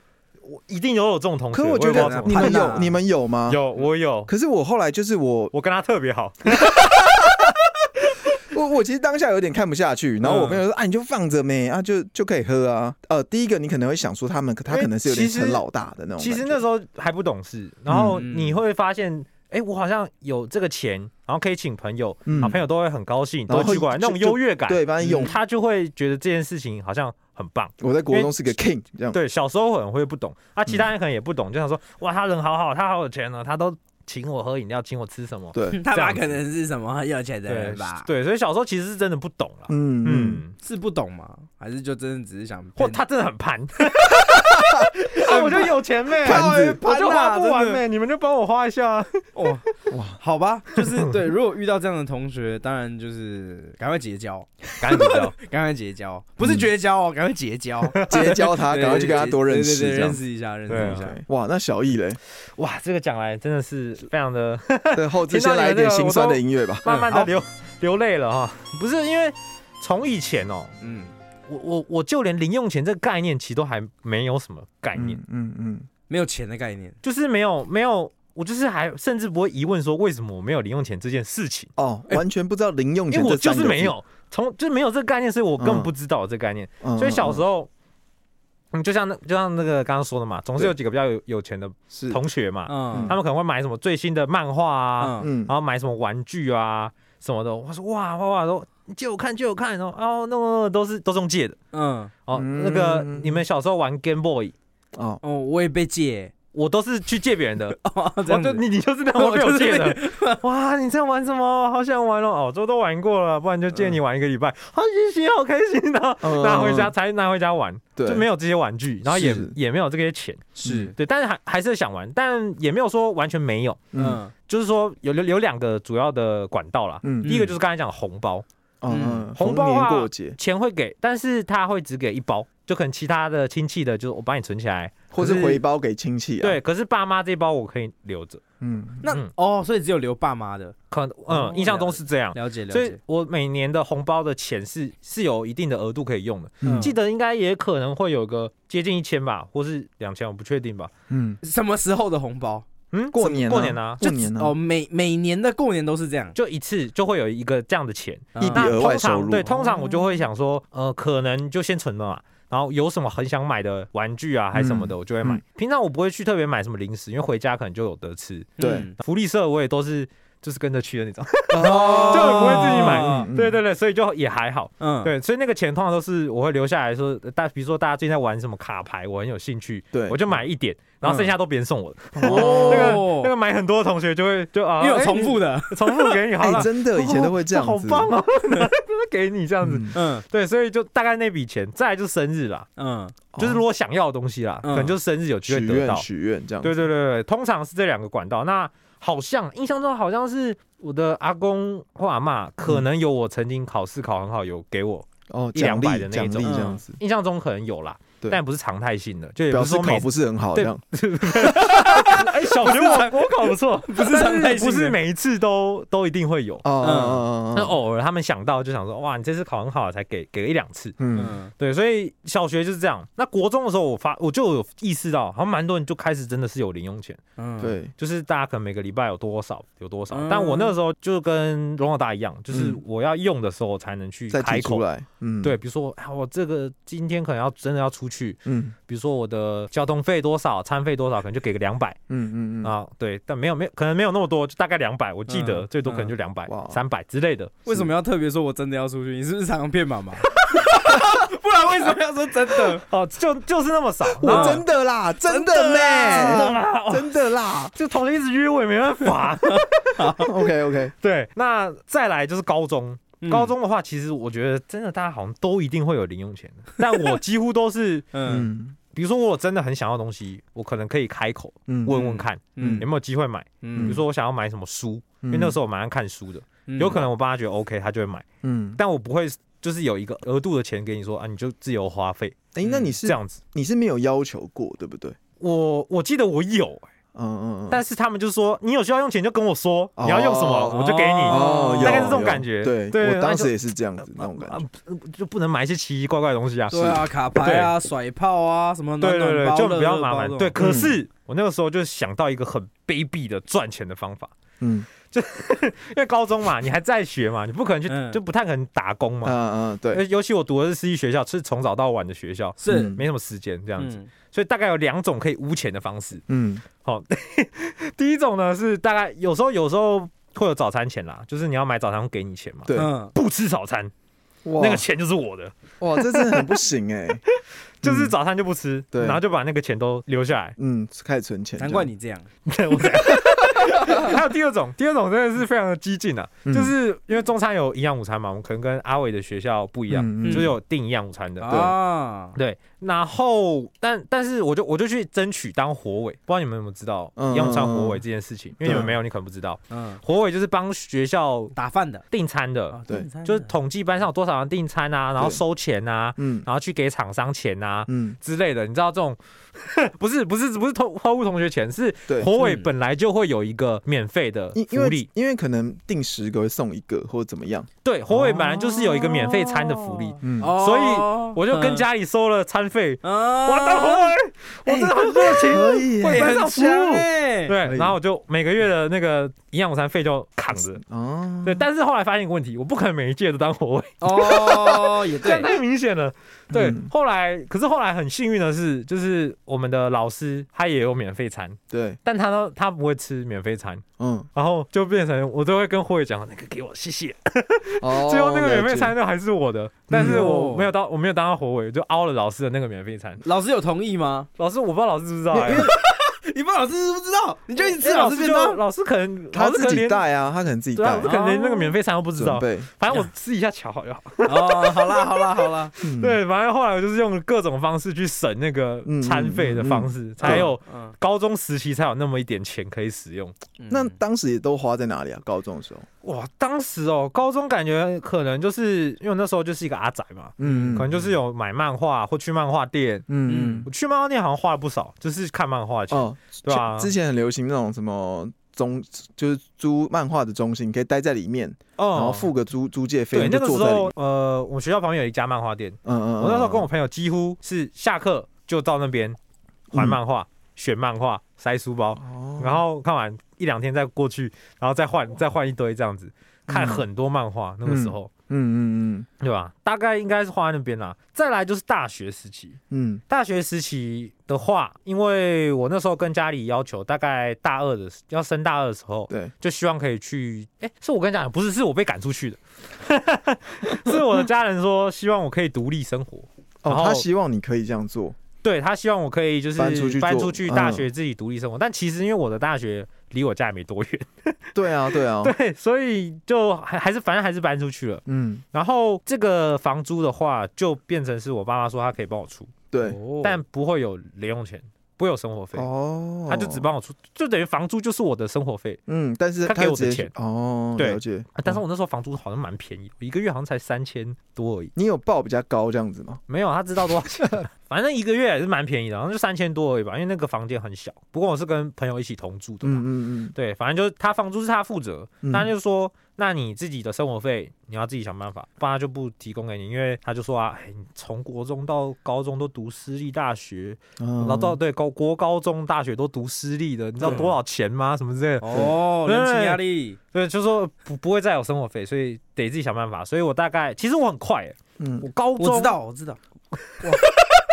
B: 我一定有有这种同学，
C: 可我觉
B: 也不知
C: 得
B: 道怎么
C: 你们
D: 我也不知道怎么办
C: 有，
D: 啊
C: 你们有吗
B: 办？。有我有，
C: 可是我后来就是我，
B: 我跟他特别好，
C: 我我其实当下有点看不下去，然后我
B: 嗯
C: 朋友说：“啊，你就放着没啊，就就可以喝啊。”呃，第一个你可能会想说他们他可能是有点
B: 因为其实
C: 很老大的那种感觉，
B: 其实那时候还不懂事，然后
D: 嗯
B: 你会发现，哎、我好像有这个钱，然后可以请朋友，
C: 嗯
B: 好朋友都会很高兴，
C: 然后
B: 都去
C: 就
B: 过来，那种
C: 就
B: 优越感，
C: 对，反正
B: 嗯
C: 用
B: 他就会觉得这件事情好像很棒。
C: 我在国中是个 king 这样，
B: 对，小时候很会不懂，啊，其
C: 嗯
B: 他人可能也不懂，就想说，哇，他人好好，他好有钱哦呢、他都请我喝饮料，请我吃什么。 *laughs*
C: 对，
D: 他
B: 这
D: 妈
B: 样子
D: 可能是什么很有钱的
B: 对
D: 人吧？
B: 对，所以小时候其实是真的不懂了，
C: 嗯嗯，
B: 嗯，
D: 是不懂吗？还是就真的只是想
B: 或
D: *laughs*
B: 他真的很
C: *laughs*
B: 攀，啊，我就有钱呗，
D: 哎
C: 盘子
B: 我就花
C: 啊
B: 不完
D: 真的
B: 呗，你们就帮我花一下啊。
D: 哦
C: 哇
D: 哇， *laughs* 好吧，就是对，如果遇到这样的同学，当然就是赶快结交，
B: 赶紧
D: *laughs*
B: 的，
D: 赶快结交，不是绝交哦，赶快结 *laughs* 交，
C: 结交
B: *laughs*
C: 他，赶快去跟他多认识这
D: 对对对对认
C: 样。
D: 识一下，认
B: 对
D: 识
B: 啊
D: 一下。
C: 对哇，那小易
B: *laughs*
C: 嘞，
B: 哇，这个讲来真的是非常的
C: 对，后置
B: 听到
C: 先
B: 你
C: 来一
B: 们这
C: 点
B: 个
C: 心
B: 我
C: 酸
B: 都
C: 的音乐吧。
B: 慢慢
D: 好
B: 的流、流泪了哈。不是因为从以前哦，
D: 嗯，
B: 我我我就连零用钱这个概念其实都还没有什么概念，
C: 嗯嗯嗯，
D: 没有钱的概念，
B: 就是没有没有，我就是还甚至不会疑问说为什么我没有零用钱这件事情，
C: 哦，完全不知道零用
B: 哎因为
C: 钱这
B: 我就
C: 三个字，
B: 是没有从就是没有这个概念，所以我根本
C: 嗯
B: 不知道有这个概念。
C: 嗯，
B: 所以小时
C: 候
B: 候，嗯，就像那就像那个刚刚说的嘛，总是
C: 对
B: 有几个比较有有钱的
C: 是
B: 同学嘛，
D: 嗯，
B: 他们可能会买什么最新的漫画啊，
D: 嗯，
C: 嗯
B: 然后买什么玩具啊什么的。我说哇哇哇，都你借我看借我看，然后哦那那那都是都是用借的
D: 嗯，
B: 哦。
C: 嗯
B: 那个你们小时候玩 Game Boy，
C: 哦，
D: 哦，我也被借，
B: 我都是去借别人的，
D: 哦， *laughs*
B: 我
D: 这样
B: 就
D: 子，
B: 你你就是那种被我借
D: 我
B: 的。嗯哇，你在玩什么？好想玩哦！哦，这都玩过了，不然就借你玩一个礼拜。好谢谢，好开心啊！
C: 嗯
B: *laughs* 拿回家，才拿回家玩，
C: 对，
B: 就没有这些玩具，然后也
C: 是
B: 也没有这些钱，
D: 是，
B: 对，但是还还是想玩，但也没有说完全没有，
C: 嗯
D: 嗯，
B: 就是说有有有两个主要的管道啦。
C: 嗯
B: 第一个就是刚才讲的红包，
C: 嗯，
B: 红包
C: 年
B: 啊
C: 过节，
B: 钱会给，但是他会只给一包，就可能其他的亲戚的，就是我帮你存起来。
C: 或
B: 可
C: 是
B: 是
C: 回包给亲戚啊，
B: 对，可是爸妈这包我可以留着，
C: 嗯，
D: 那
B: 嗯
D: 哦，所以只有留爸妈的，
B: 可能
D: 哦
B: 嗯，印象中是这样。
D: 了解了
B: 所以
D: 解，
B: 我每年的红包的钱是是有一定的额度可以用的，
C: 嗯
B: 记得应该也可能会有个接近一千吧，或是两千，我不确定吧。
C: 嗯，
D: 什么时候的红包？
B: 嗯，
C: 过年啊
B: 过年啊，
C: 过年呢、
D: 哦，每每年的过年都是这样，
B: 就一次就会有一个这样的钱。
C: 一
D: 嗯
C: 笔
B: 那
C: 额外
B: 通
C: 收
B: 常
C: 入
B: 对，通常我就会想说，
C: 哦
B: 呃，可能就先存了嘛。然后有什么很想买的玩具啊，还是什么的，我就会买。
C: 嗯
B: 平常我不会去特别买什么零食，因为回家可能就有得吃。
C: 对
D: 嗯
B: 福利社我也都是就是跟着去的那种，*laughs*
C: 哦
B: 就很不会自己买
D: 哦
C: 嗯
B: 啊对对对，所以就也还好。
D: 嗯，
B: 对，所以那个钱通常都是我会留下来说，呃大比如说大家最近在玩什么卡牌，我很有兴趣，
C: 对，嗯
B: 我就买一点，然后剩下都别人送我的。
D: 哦
B: 那个那个买很多的同学就会就啊，
D: 因为有
B: 哎
D: 重
B: *laughs*
D: 复的，
B: 你重复给你， *laughs* 好
C: *laughs* 哎、
B: 了，
C: 真的以前都会这样子，
B: 哦好棒哦， *laughs* 真的给你这样子。
C: 嗯
D: 嗯
B: 对，所以就大概那笔钱，再来就是生日啦，
D: 嗯
B: 就是如果想要的东西啦，
D: 嗯
B: 可能就是生日有机
C: 许
B: 会得
C: 愿
B: 到。
C: 哦许愿这样
B: 对
C: 子，
B: 对对对，通常是这两个管道。那好像印象中好像是我的阿公或阿嬷，可能有我曾经考试考很好有给我，
C: 哦，
B: 一两
C: 奖
B: 百
C: 励
B: 的那
C: 奖励
B: 种
C: 这样子，
B: 印象中可能有啦，
C: 对
B: 但不是常态性的，就也
C: 表
B: 不是
C: 示
B: 说
C: 考
B: 每
C: 不是很好这
B: 对
C: 样，
B: *laughs* 哎小学我我考不错，
D: 不是常态
B: 但
D: 性的
B: 不是每一次都都一定会有。
C: 哦
D: 嗯
C: 哦
B: 那
C: 哦哦，
B: 偶尔他们想到就想说，哇，你这次考很好，才给给一两次。
C: 嗯，
D: 嗯
B: 对，所以小学就是这样。那国中的时候，我发我就有意识到，好像蛮多人就开始真的是有零用钱，
D: 嗯，
C: 对，
B: 就是大家可能每个礼拜有多少有多少。
D: 嗯
B: 但我那个时候就跟荣老大一样，就是
C: 嗯
B: 我要用的时候才能去
C: 再
B: 开
C: 提
B: 口
C: 出。来，嗯，
B: 对，，比如说啊，我这个今天可能要真的要出去，
C: 嗯
B: 比如说我的交通费多少，餐费多少，可能就给个两百
C: 嗯嗯嗯，
B: 啊。对，但没有没有，可能没有那么多，就大概两百，我记得
D: 嗯
B: 最多可能就两百、
C: 哇
B: 三百之类的。
D: 为什么要特别说我真的要出去？你是不是常常骗妈妈？不然为什么要说真的？
B: 哦，就就是那么少。
C: 我
B: 那
C: 真的啦，真的
B: 真的
C: 呢，
B: 啦，哦
C: 真
B: *laughs*
C: 的啦
B: 这个同学一直约我也没办法。
C: ，OK OK，
B: 对，那再来就是高中。
D: 嗯
B: 高中的话，其实我觉得真的大家好像都一定会有零用钱
C: *laughs*
B: 的，但我几乎都是，
D: 嗯
C: 嗯
B: 比如说我真的很想要东西，我可能可以开口
C: 嗯
B: 问问看
D: 嗯
B: 有没有机会买。比
D: 嗯
B: 如说我想要买什么书，
C: 嗯
B: 因为那时候我蛮爱看书的，
D: 嗯
B: 有可能我帮他觉得 OK，他就会买，
C: 嗯，
B: 但我不会就是有一个额度的钱给你说啊，你就自由花费
C: 哎，那你
B: 嗯这
C: 是
B: 样子。
C: 你是没有要求过对不对？
B: 我我记得我有，
C: 嗯嗯嗯，
B: 但是他们就说你有需要用钱就跟我说，你要用什么
C: 哦
B: 我就给你。
C: 哦，有
B: 大概是这种
C: 有
B: 感觉
C: 对，
B: 对
C: 我
B: 那
C: 当
B: 就
C: 时也是这样子那种感
B: 啊
C: 觉，，
B: 不就不能买一些奇奇怪怪的东西啊。
D: 对啊，卡牌啊，甩炮啊，什么暖
B: 对
D: 暖
B: 对对，
D: 包
B: 就比较
D: 热热包
B: 麻烦
D: 这。种
B: 对，可是
C: 嗯
B: 我那个时候就想到一个很卑鄙的赚钱的方法，
C: 嗯
B: 因为高中嘛，你还在学嘛，你不可能去，
D: 嗯
B: 就不太可能打工
C: 嗯
B: 嘛。哎
C: 嗯，对，
B: 尤尤其我读的是私立学校，是从早到晚的学校，
D: 是
C: 嗯
B: 没什么时间这
D: 这
B: 样子，所以大概有两种可以污钱的方式。
C: 嗯
B: 第一种呢是大概有时候有时候会有早餐钱啦，就是你要买早餐会给你钱嘛。
C: 对，
D: 嗯
B: 不吃早餐，
C: 哇
B: 那个钱就是我的，
C: 哇，这真的很不行哎，
B: *laughs* 就是早餐就不吃，
C: 对
B: 然后就把那个钱都留下来。
C: 嗯，开始存钱，
D: 难怪你这样。
B: 对，我 *laughs* 还有第二种，第二种真的是非常的激进啊，
C: 嗯
B: 就是因为中餐有营养午餐嘛，我们可能跟阿伟的学校不一样，
C: 嗯嗯
B: 就是有订营养午餐的。
D: 啊，
B: 对，然后但但是我就我就去争取当火尾，不知道你们有没有知道
C: 嗯
B: 营养午餐火尾这件事情，因为你们没有，你可能不知道。
D: 嗯，
B: 火尾就是帮学校
D: 打饭的，
B: 订餐的
D: 啊，
C: 对
D: 正餐的
B: 就是统计班上有多少人订餐啊，然后
C: 哦对
B: 收钱啊，
C: 嗯
B: 然后去给厂商钱啊。
C: 嗯，
B: 之类的，你知道这种 *laughs* 不是不是不是偷偷污同学钱，是
C: 对。
B: 火尾
D: 嗯
B: 本来就会有一个免费的
C: 因因
B: 福利
C: 为，因为可能定十个会送一个或者怎么样，
B: 对，火尾本来就是有一个免费餐的福利，
C: 嗯，
D: 哦，
B: 所以我就跟家里收了餐费，
D: 嗯，
B: 我
D: 啊
B: 当火尾，我真的很热情。
C: 哎可以
B: 会
C: 耶
B: 班上服务
D: 哎，
C: 可
B: 对，
C: 以
B: 然后我就每个月的那个营养午餐费就扛着。
C: 哦，
B: 对，但是后来发现一个问题，我不可能每一届都当火尾，
D: 哦，也
B: 这样
D: 对，
B: 太明显了。对
C: 嗯，
B: 后来可是后来很幸运的是，就是我们的老师他也有免费餐，
C: 对，
B: 但他都他不会吃免费餐，
C: 嗯，
B: 然后就变成我都会跟火尾讲那个给我，谢谢。
C: 哦，
B: *laughs* 最后那个免费
C: 了
B: 餐
C: 解，嗯
B: 就还是我的，但是我
D: 哦
B: 没有当我没有当到火尾，就凹了老师的那个免费餐。
D: 老师有同意吗？
B: 老师我不知道老师知不知道、欸，
D: 你不知道老师知不知道？你就一直
B: 因
D: 吃
B: 为
D: 哎老
B: 老
D: 师
B: 师
D: 便
B: 就
D: 当，
B: 老师可能
C: 他
B: 老师可
C: 自
B: 能
C: 己
B: 连
C: 带啊，他可能自己
B: 对啊，
C: 带
B: 老师，可能连那个免费餐都不知
C: 准
B: 道。
C: 备，
B: 反正我私底下瞧好就好。
D: 哦，好啦，好啦，好啦，
C: 嗯，
B: 对，反正后来我就是用各种方式去省那个
C: 嗯
B: 餐费的方式，才有
D: 嗯，
B: 高中时期才有那么一点钱可以使用。
C: 那当时也都花在哪里啊？高中的时候，
B: 哇，当时哦，高中感觉可能就是因为我那时候就是一个阿宅嘛，
C: 嗯
B: 可能就是有买漫画或去漫画店。
C: 嗯嗯
D: 嗯
B: 我去漫画店好像花了不少，就是看漫画的钱。
C: 哦，
B: 对啊
C: 之前很流行那种什么中，就是租漫画的中心，你可以待在里面，
B: 哦
C: 然后付个租租借费，
B: 对，
C: 你
B: 那
C: 就
B: 个
C: 坐
B: 时
C: 在里
B: 候
C: 面。，
B: 呃，我们学校旁边有一家漫画店，
C: 嗯嗯嗯，
B: 我那时候跟我朋友几乎是下课就到那边还漫画，选漫画塞书包，
C: 嗯哦
B: 然后看完一两天再过去，然后再换再换一堆这样子，看
C: 嗯
B: 很多漫画。那个时候，
C: 嗯嗯
B: 对吧？大概应该是画在那边啦。再来就是大学时期，
C: 嗯
B: 大学时期的话，因为我那时候跟家里要求，大概大二的时要升大二的时候，
C: 对，
B: 就希望可以去。哎、是我跟你讲，不是，是我被赶出去的， *laughs* 是我的家人说希望我可以独立生活，
C: 嗯，
B: 然
C: 哦，
B: 后
C: 他希望你可以这样做，
B: 对他希望我可以就是
C: 搬出去做
B: 搬出去
C: 嗯
B: 大学自己独立生活。但其实因为我的大学离我家也没多远，
C: 对啊对啊，
B: 对，所以就还还是反正还是搬出去了。
C: 嗯
B: 然后这个房租的话，就变成是我爸妈说他可以帮我出，
C: 对，
D: 哦
B: 但不会有零用钱，不会有生活费。
C: 哦，
B: 他就只帮我出，就等于房租就是我的生活费、
C: 嗯，但是
B: 他给
C: 就
B: 我的
C: 直接
B: 钱
C: 哦，
B: 对
C: 了解
B: 啊，但是我那时候房租好像蛮便宜，我一个月好像才三千多而已。
C: 你有报比较高这样子吗？
B: 没有，他知道多少钱，
D: *laughs*
B: 反正一个月也是蛮便宜的，好像就三千多而已吧，因为那个房间很小。不过我是跟朋友一起同住的嘛，
C: 嗯嗯
B: 对，反正就是他房租是他负责，
C: 嗯
B: 他就说，那你自己的生活费你要自己想办法，不然他就不提供给你，因为他就说啊，哎，你从国中到高中都读私立大学，
C: 嗯，
B: 然后到对高国高中大学都读私立的，你知道
D: 对
B: 多少钱吗？什么之类的，
D: 哦，
B: 对
D: 人情压力，
B: 对，就说不不会再有生活费，所以得自己想办法。所以我大概其实我很快、欸，
C: 嗯
B: 我，高中
D: 我知道，我知道。哇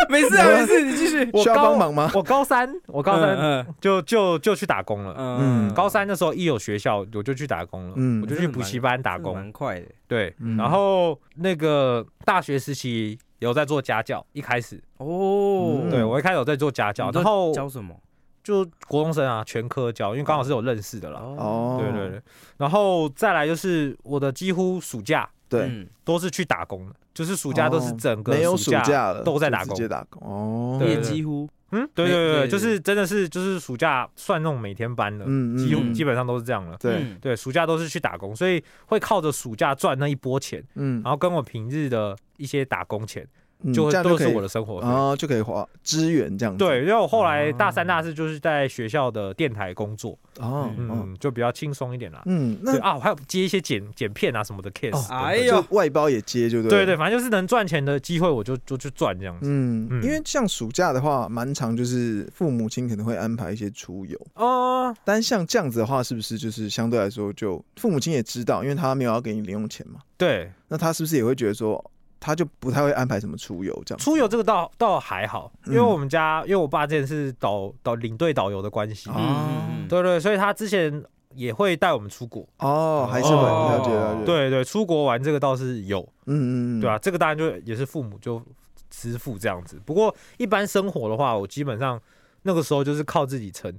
D: 没事啊，没事，你继续。
B: 我
C: 需要
B: 高
C: 帮忙吗？
B: 我高三，我高三
D: 嗯
B: 就就就去打工了。
D: 嗯
C: 嗯
B: 高三的时候一有学校，我就去打工了，
C: 嗯
B: 我就去补习班打
D: 打工
B: 工。
D: 蛮快的
B: 对，
C: 嗯
B: 然后那个大学时期有在做家教，一开始，
D: 哦
C: 嗯。
B: 对我一开始有在做家教，
D: 你都
B: 然后
D: 教什么？
B: 就国中生啊，全科教，因为刚好是有认识的啦。
C: 哦，
B: 对对对，然后再来就是我的几乎暑假
C: 对，
D: 嗯，
B: 都是去打工的，就是暑假都是整个
C: 没有
B: 暑
C: 暑假了，
B: 都在
C: 就
B: 打
C: 直
B: 工
C: 接打工哦，
D: 你
B: 对
D: 也几乎
B: 嗯，对
D: 没
B: 对对，
D: 对
B: 就是真的是就是暑假算那种每天班的，
C: 嗯嗯
B: 几乎
C: 嗯
B: 基本上都是这样了。
C: 对，
D: 嗯
B: 对，暑假都是去打工，所以会靠着暑假赚那一波钱，
C: 嗯，
B: 然后跟我平日的一些打工钱，
C: 嗯
B: 就
C: 这
B: 会
C: 样
B: 都
C: 可
B: 是
C: 以
B: 我的生活费。
C: 啊，就可以花支援这样子，
B: 对，因为我后来
D: 哦
B: 大三、大四就是在学校的电台工作，
C: 哦，嗯
B: 嗯，就比较轻松一点啦。
C: 嗯，那哦
B: 对啊，我还有接一些剪剪片啊什么的 case 等等。
D: 哎
C: 就
D: 呦
C: 外包也接就对，
B: 对对，，反正就是能赚钱的机会，我就就去赚这样子。
C: 嗯，
B: 嗯
C: 因为像暑假的话，蛮长，就是父母亲可能会安排一些出游，
B: 哦，
C: 但像这样子的话，是不是就是相对来说就父母亲也知道，因为他没有要给你零用钱嘛，
B: 对，
C: 那他是不是也会觉得说，他就不太会安排什么出游这样？
B: 出游这个倒倒还好，因为
C: 嗯
B: 我们家、因为我爸之前是导导领队导游的关系，
C: 哦
D: 嗯嗯嗯
B: 啊对对，所以他之前也会带我们出国，
C: 哦，还是会了解
D: 哦
C: 了解，，
B: 对对，出国玩这个倒是有，
C: 嗯嗯嗯，
B: 对啊，这个当然就也是父母就支付这样子。不过一般生活的话，我基本上那个时候就是靠自己撑，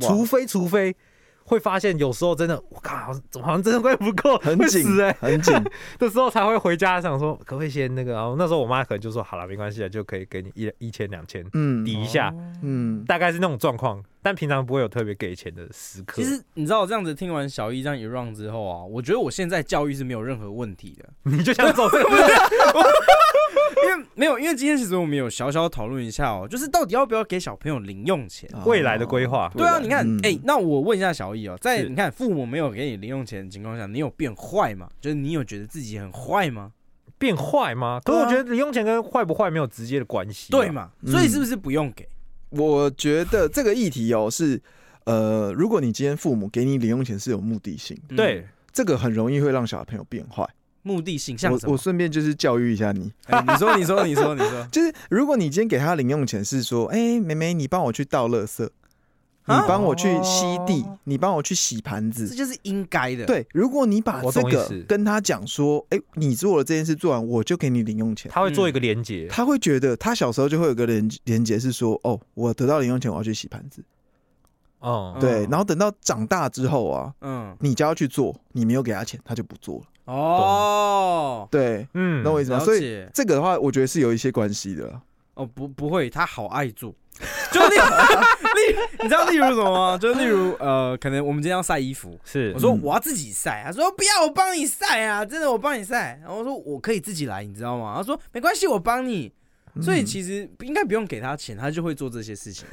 C: 哇，
B: 除非除非会发现有时候真的我靠，怎么好像真的快 *laughs* 不够，
C: 很
B: 会
C: 紧
B: 死哎、
C: 很紧，
B: 的时候才会回家想说可不可以先那个，然后那时候我妈可能就说好了，没关系啊，就可以给你一一千两千
C: 嗯
B: 抵一下。
C: 嗯，
B: 大概是那种状况，但平常不会有特别给钱的时刻。
D: 其实你知道，我这样子听完小一这样一 round 之后啊，我觉得我现在教育是没有任何问题的，
B: *laughs* 你就想走这个
D: 因为没有，因为今天其实我们有小小讨论一下哦，就是到底要不要给小朋友零用钱。
B: 未来的规划
D: 对啊，你看，哎、
C: 啊嗯
D: 那我问一下小易哦，在
B: 是
D: 你看父母没有给你零用钱的情况下，你有变坏吗？就是你有觉得自己很坏吗？
B: 变坏吗？可是
D: 对
B: 我
D: 啊
B: 觉得零用钱跟坏不坏没有直接的关系。啊
D: 对？嘛？
C: 嗯
D: 所以是不是不用给？
C: 我觉得这个议题哦是，呃，如果你今天父母给你零用钱是有目的性的，
D: 嗯
B: 对，
C: 这个很容易会让小朋友变坏。
D: 目的性像
C: 我
D: 什么
C: 我？顺便就是教育一下你，，
D: 哎你说，你说，你说，你说
C: 就是如果你今天给他零用钱是说，哎、妹妹，你帮我去倒垃圾，你
D: 啊
C: 帮我去吸地
D: 哦，
C: 你帮我去洗盘
D: 这
C: 子。
D: 就是应该的。，
C: 对，如果你把
B: 我
C: 这
B: 懂意
C: 个
B: 思
C: 跟他讲说，哎、你做了这件事做完，我就给你零用钱，
B: 他会
D: 嗯
B: 做一个连接。
C: 他会觉得他小时候就会有个连连接是说，哦，我得到零用钱，我要去洗盘子。
B: 嗯，
C: 对，
D: 嗯
C: 然后等到长大之后啊，
D: 嗯，
C: 你叫他去做，你没有给他钱，他就不做了。
D: 哦，
C: 对，
B: 嗯，
C: 懂我意思吗？
D: 了
C: 所以
D: 解。
C: 这个的话，我觉得是有一些关系的啦。
D: 哦，不，不会，他好爱做。就例 *laughs* 如，例，你知道例如什么吗？就例如，呃，可能我们今天要晒衣服，
B: 是
D: 我，说
C: 嗯
D: 我要自己晒，啊他说不要，我帮你晒啊，真的我帮你晒。然后我说我可以自己来，你知道吗？他说没关系，我帮你。
B: 嗯
D: 所以其实不应该不用给他钱，他就会做这些事情。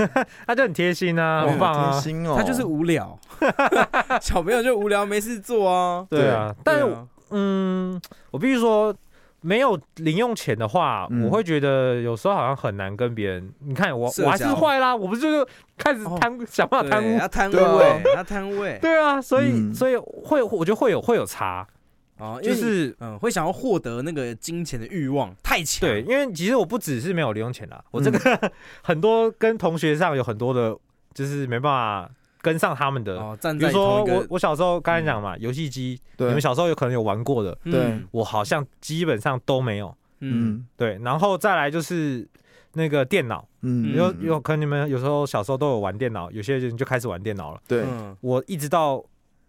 B: 他就很贴心啊，
C: 哦
B: 很棒
C: 贴
B: 啊。
C: 心哦，
D: 他就是无聊， *laughs* 小朋友就无聊没事做啊。
B: 对啊，但是我嗯，我必须说，没有零用钱的话，
C: 嗯
B: 我会觉得有时候好像很难跟别人。你看我，
D: 社
B: 我还是
D: 交
B: 坏啦，我不是就是开始
D: 哦
B: 贪、想办法贪污，
D: 对他贪污
C: 对啊
D: 哎，他贪污哎，
B: 对啊，所以、
C: 嗯
B: 所以会我觉得会有会有差，
D: 哦，因
B: 就
D: 为你
B: 是
D: 嗯，会想要获得那个金钱的欲望太强，
B: 对，因为其实我不只是没有零用钱啦，
D: 嗯
B: 我这个、很多跟同学上有很多的，就是没办法跟上他们的。
D: 哦，站
B: 比
D: 在
B: 如说
D: 同一
B: 我
D: 个嗯
B: 我小时候刚才讲嘛，游戏机，你
C: 对
B: 们，小时候有可能有玩过的，
C: 对，
B: 我好像基本上都没有。
D: 嗯
C: 嗯
B: 对，然后再来就是那个电脑，
C: 嗯，
B: 有有可能你们有时候小时候都有玩电脑，有些人就开始玩电脑了。
C: 对，
D: 嗯
B: 我一直到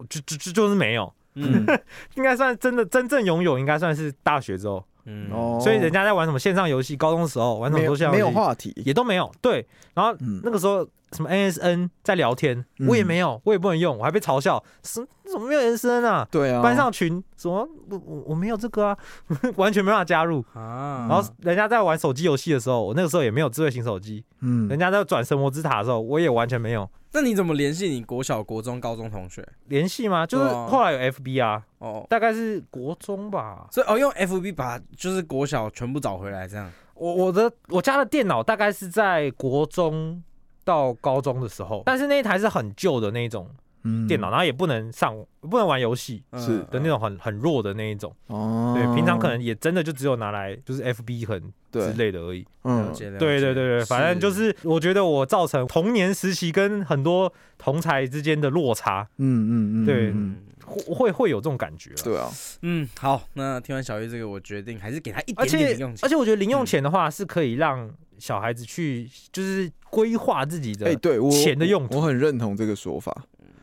B: 就就就就是没有，
D: 嗯
C: *laughs*
B: 应该算真的真正拥有，应该算是大学之后。
D: 嗯
C: 哦，
B: 所以人家在玩什么线上游戏，高中的时候玩什
C: 没
B: 么
C: 有
B: 都线上
C: 没
B: 游
C: 有
B: 戏
C: 话题，
B: 也都没有。对，然后
C: 嗯
B: 那个时候什么 NSN 在聊天，我也
C: 嗯
B: 没有，我也不能用，我还被嘲笑，什怎么没有 NSN 啊？
C: 对啊，
B: 班上群什么我我我没有这个啊， *laughs* 完全没办法加入。
D: 啊，
C: 嗯
B: 然后人家在玩手机游戏的时候，我那个时候也没有智慧型手机，
C: 嗯
B: 人家在转神魔之塔的时候，我也完全没有
D: 那你怎么联系你国小、国中、高中同学？
B: 联系吗？就是
D: 对啊
B: 后来有 FB 啊，
D: 哦，
B: 大概是国中吧。
D: 所以哦，用 FB 把就是国小全部找回来，这样
B: 我我的我家的电脑大概是在国中到高中的时候，但是那一台是很旧的那一种
C: 嗯
B: 电脑，然后也不能上不能玩游戏
D: 嗯
C: 是
B: 的那种很很弱的那一种。
C: 哦，
B: 对，平常可能也真的就只有拿来就是 FB 很之
C: 对，
B: 类的而已。
D: 了
C: 嗯，
D: 解了解。
B: 对对对对，反正就是我觉得我造成童年时期跟很多同才之间的落差，
C: 嗯嗯嗯，
B: 对
C: 嗯
D: 嗯
B: 会会会有这种感觉啦。
C: 对啊，
D: 嗯，好，那听完小玉这个，我决定还是给他一
B: 而
D: 点点
B: 且
D: 零用钱
B: 而。且我觉得零用钱的话是可以让小孩子去就是规划自己的
C: 哎，对我
B: 钱的用途
C: 我很认同这个说法，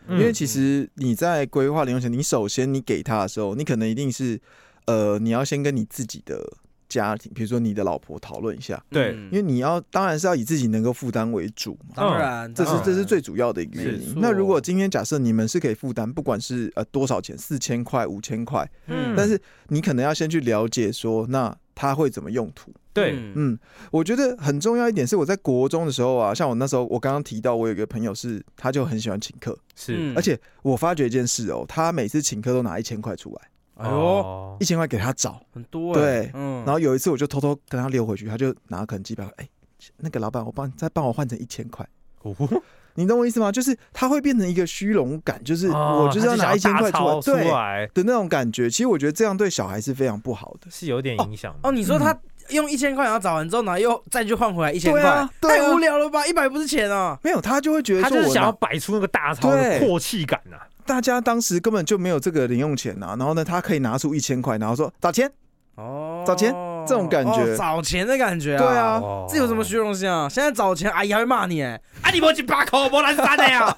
B: 嗯
C: 因为其实你在规划零用钱，你首先你给他的时候，你可能一定是，呃，你要先跟你自己的家庭，比如说你的老婆讨论一下，
B: 对
D: 嗯
C: 因为你要当然是要以自己能够负担为主嘛，
D: 当然，
C: 嗯这是
D: 当然
C: 这是最主要的一个原因
D: 没。错
C: 那如果今天假设你们是可以负担，不管是呃多少钱，四千块、五千块，
B: 嗯
C: 但是你可能要先去了解说，那他会怎么用途。
B: 对，
D: 嗯
C: 嗯，我觉得很重要一点是我在国中的时候啊，像我那时候我刚刚提到，我有一个朋友是他就很喜欢请客，
B: 是，
D: 嗯
C: 而且我发觉一件事哦，他每次请客都拿一千块出来，
D: 哎呦，
B: 哦
C: 一千块给他找。
D: 很多
C: 对
D: 哎，嗯，
C: 然后有一次我就偷偷跟他溜回去，他就拿可能几百块，哎、那个老板，我帮你再帮我换成一千块。
B: 哦
C: 你懂我意思吗？就是他会变成一个虚荣感，就是我就是要
B: 哦他
C: 拿一千
B: 想要
C: 块
B: 大
C: 出来，
B: 钞啊
C: 对
B: 来
C: 的那种感觉。其实我觉得这样对小孩是非常不好的。
B: 是有点影响的
D: 哦，你说他用一千块，然后找完之后，然后又再去换回来一
C: 嗯
D: 千
C: 对
D: 块
C: 啊，对啊
D: 太无聊了吧？一百不是钱啊！
C: 没有，他就会觉得
B: 他
C: 说
B: 就是
C: 我
B: 想要
C: 拿，
B: 摆出那个大钞的
C: 对
B: 阔气感啊呐。
C: 大家当时根本就没有这个零用钱啊，然后呢，他可以拿出一千块，然后说打钱，
D: 哦，
C: 找钱这种感觉
D: 哦找钱的感觉啊！
C: 对啊
B: 哦
D: 这有什么虚荣心啊？现在找钱，阿姨还会骂你哎，啊你没一把口，没来三
C: *laughs*
D: 的呀，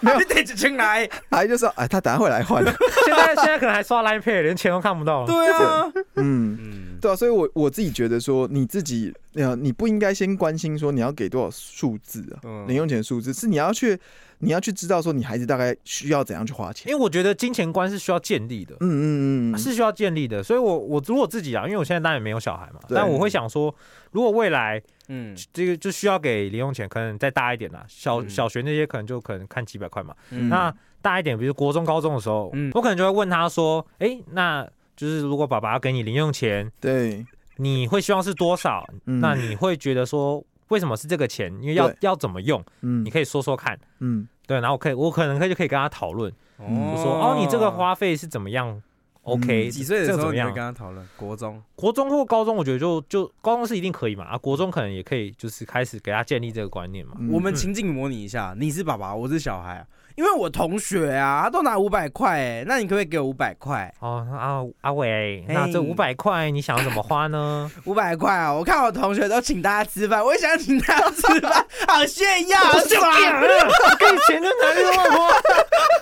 D: 你得一千来。
C: 阿姨就说，哎，他等下会来
B: *laughs*
C: 换。
B: 现在现在可能还刷 Line Pay，连钱都看不到。
D: 对啊，
C: 嗯，
D: 嗯，
C: 对啊，所以我我自己觉得说，你自己呃，你不应该先关心说你要给多少数字啊，
D: 嗯
C: 零用钱数字是你要去你要去知道说你孩子大概需要怎样去花钱。
B: 因为我觉得金钱观是需要建立的，
C: 嗯嗯嗯，
B: 是需要建立的。所以我，我如果自己啊，因为我现在当然没有小孩嘛，
C: 对
B: 但我会想说，如果未来
D: 嗯
B: 这个就需要给零用钱，可能再大一点啦，小
D: 嗯
B: 小学那些可能就可能看几百块嘛。
D: 嗯
B: 那大一点，比如国中、高中的时候，
D: 嗯
B: 我可能就会问他说：“诶，那就是如果爸爸要给你零用钱，
C: 对，
B: 你会希望是多少？
C: 嗯
B: 那你会觉得说为什么是这个钱？因为要
C: 对
B: 要怎么用？
C: 嗯
B: 你可以说说看。”
C: 嗯
B: 对，然后可以，我可能可以就可以跟他讨论，
C: 嗯
B: 就说哦，你这个花费是怎么样？OK，、
C: 嗯
D: 几岁的
B: 这个
D: 时
B: 怎
D: 候
B: 么
D: 你会
B: 样
D: 跟？他讨论？国中，
B: 国中或高中，我觉得就就高中是一定可以嘛，啊，国中可能也可以，就是开始给他建立这个观念嘛。
C: 嗯
D: 我们情境模拟一下，你是爸爸，我是小孩啊，因为我同学啊，他都拿五百块哎，那你可不可以给我五百块？
B: 哦，那啊，阿伟，
D: 哎
B: 那这五百块你想要怎么花呢？
D: 五百块啊！我看我同学都请大家吃饭，我也想请大家吃饭， *laughs* 好炫耀，好爽！
B: *laughs* 给你钱就拿去乱花。 *laughs*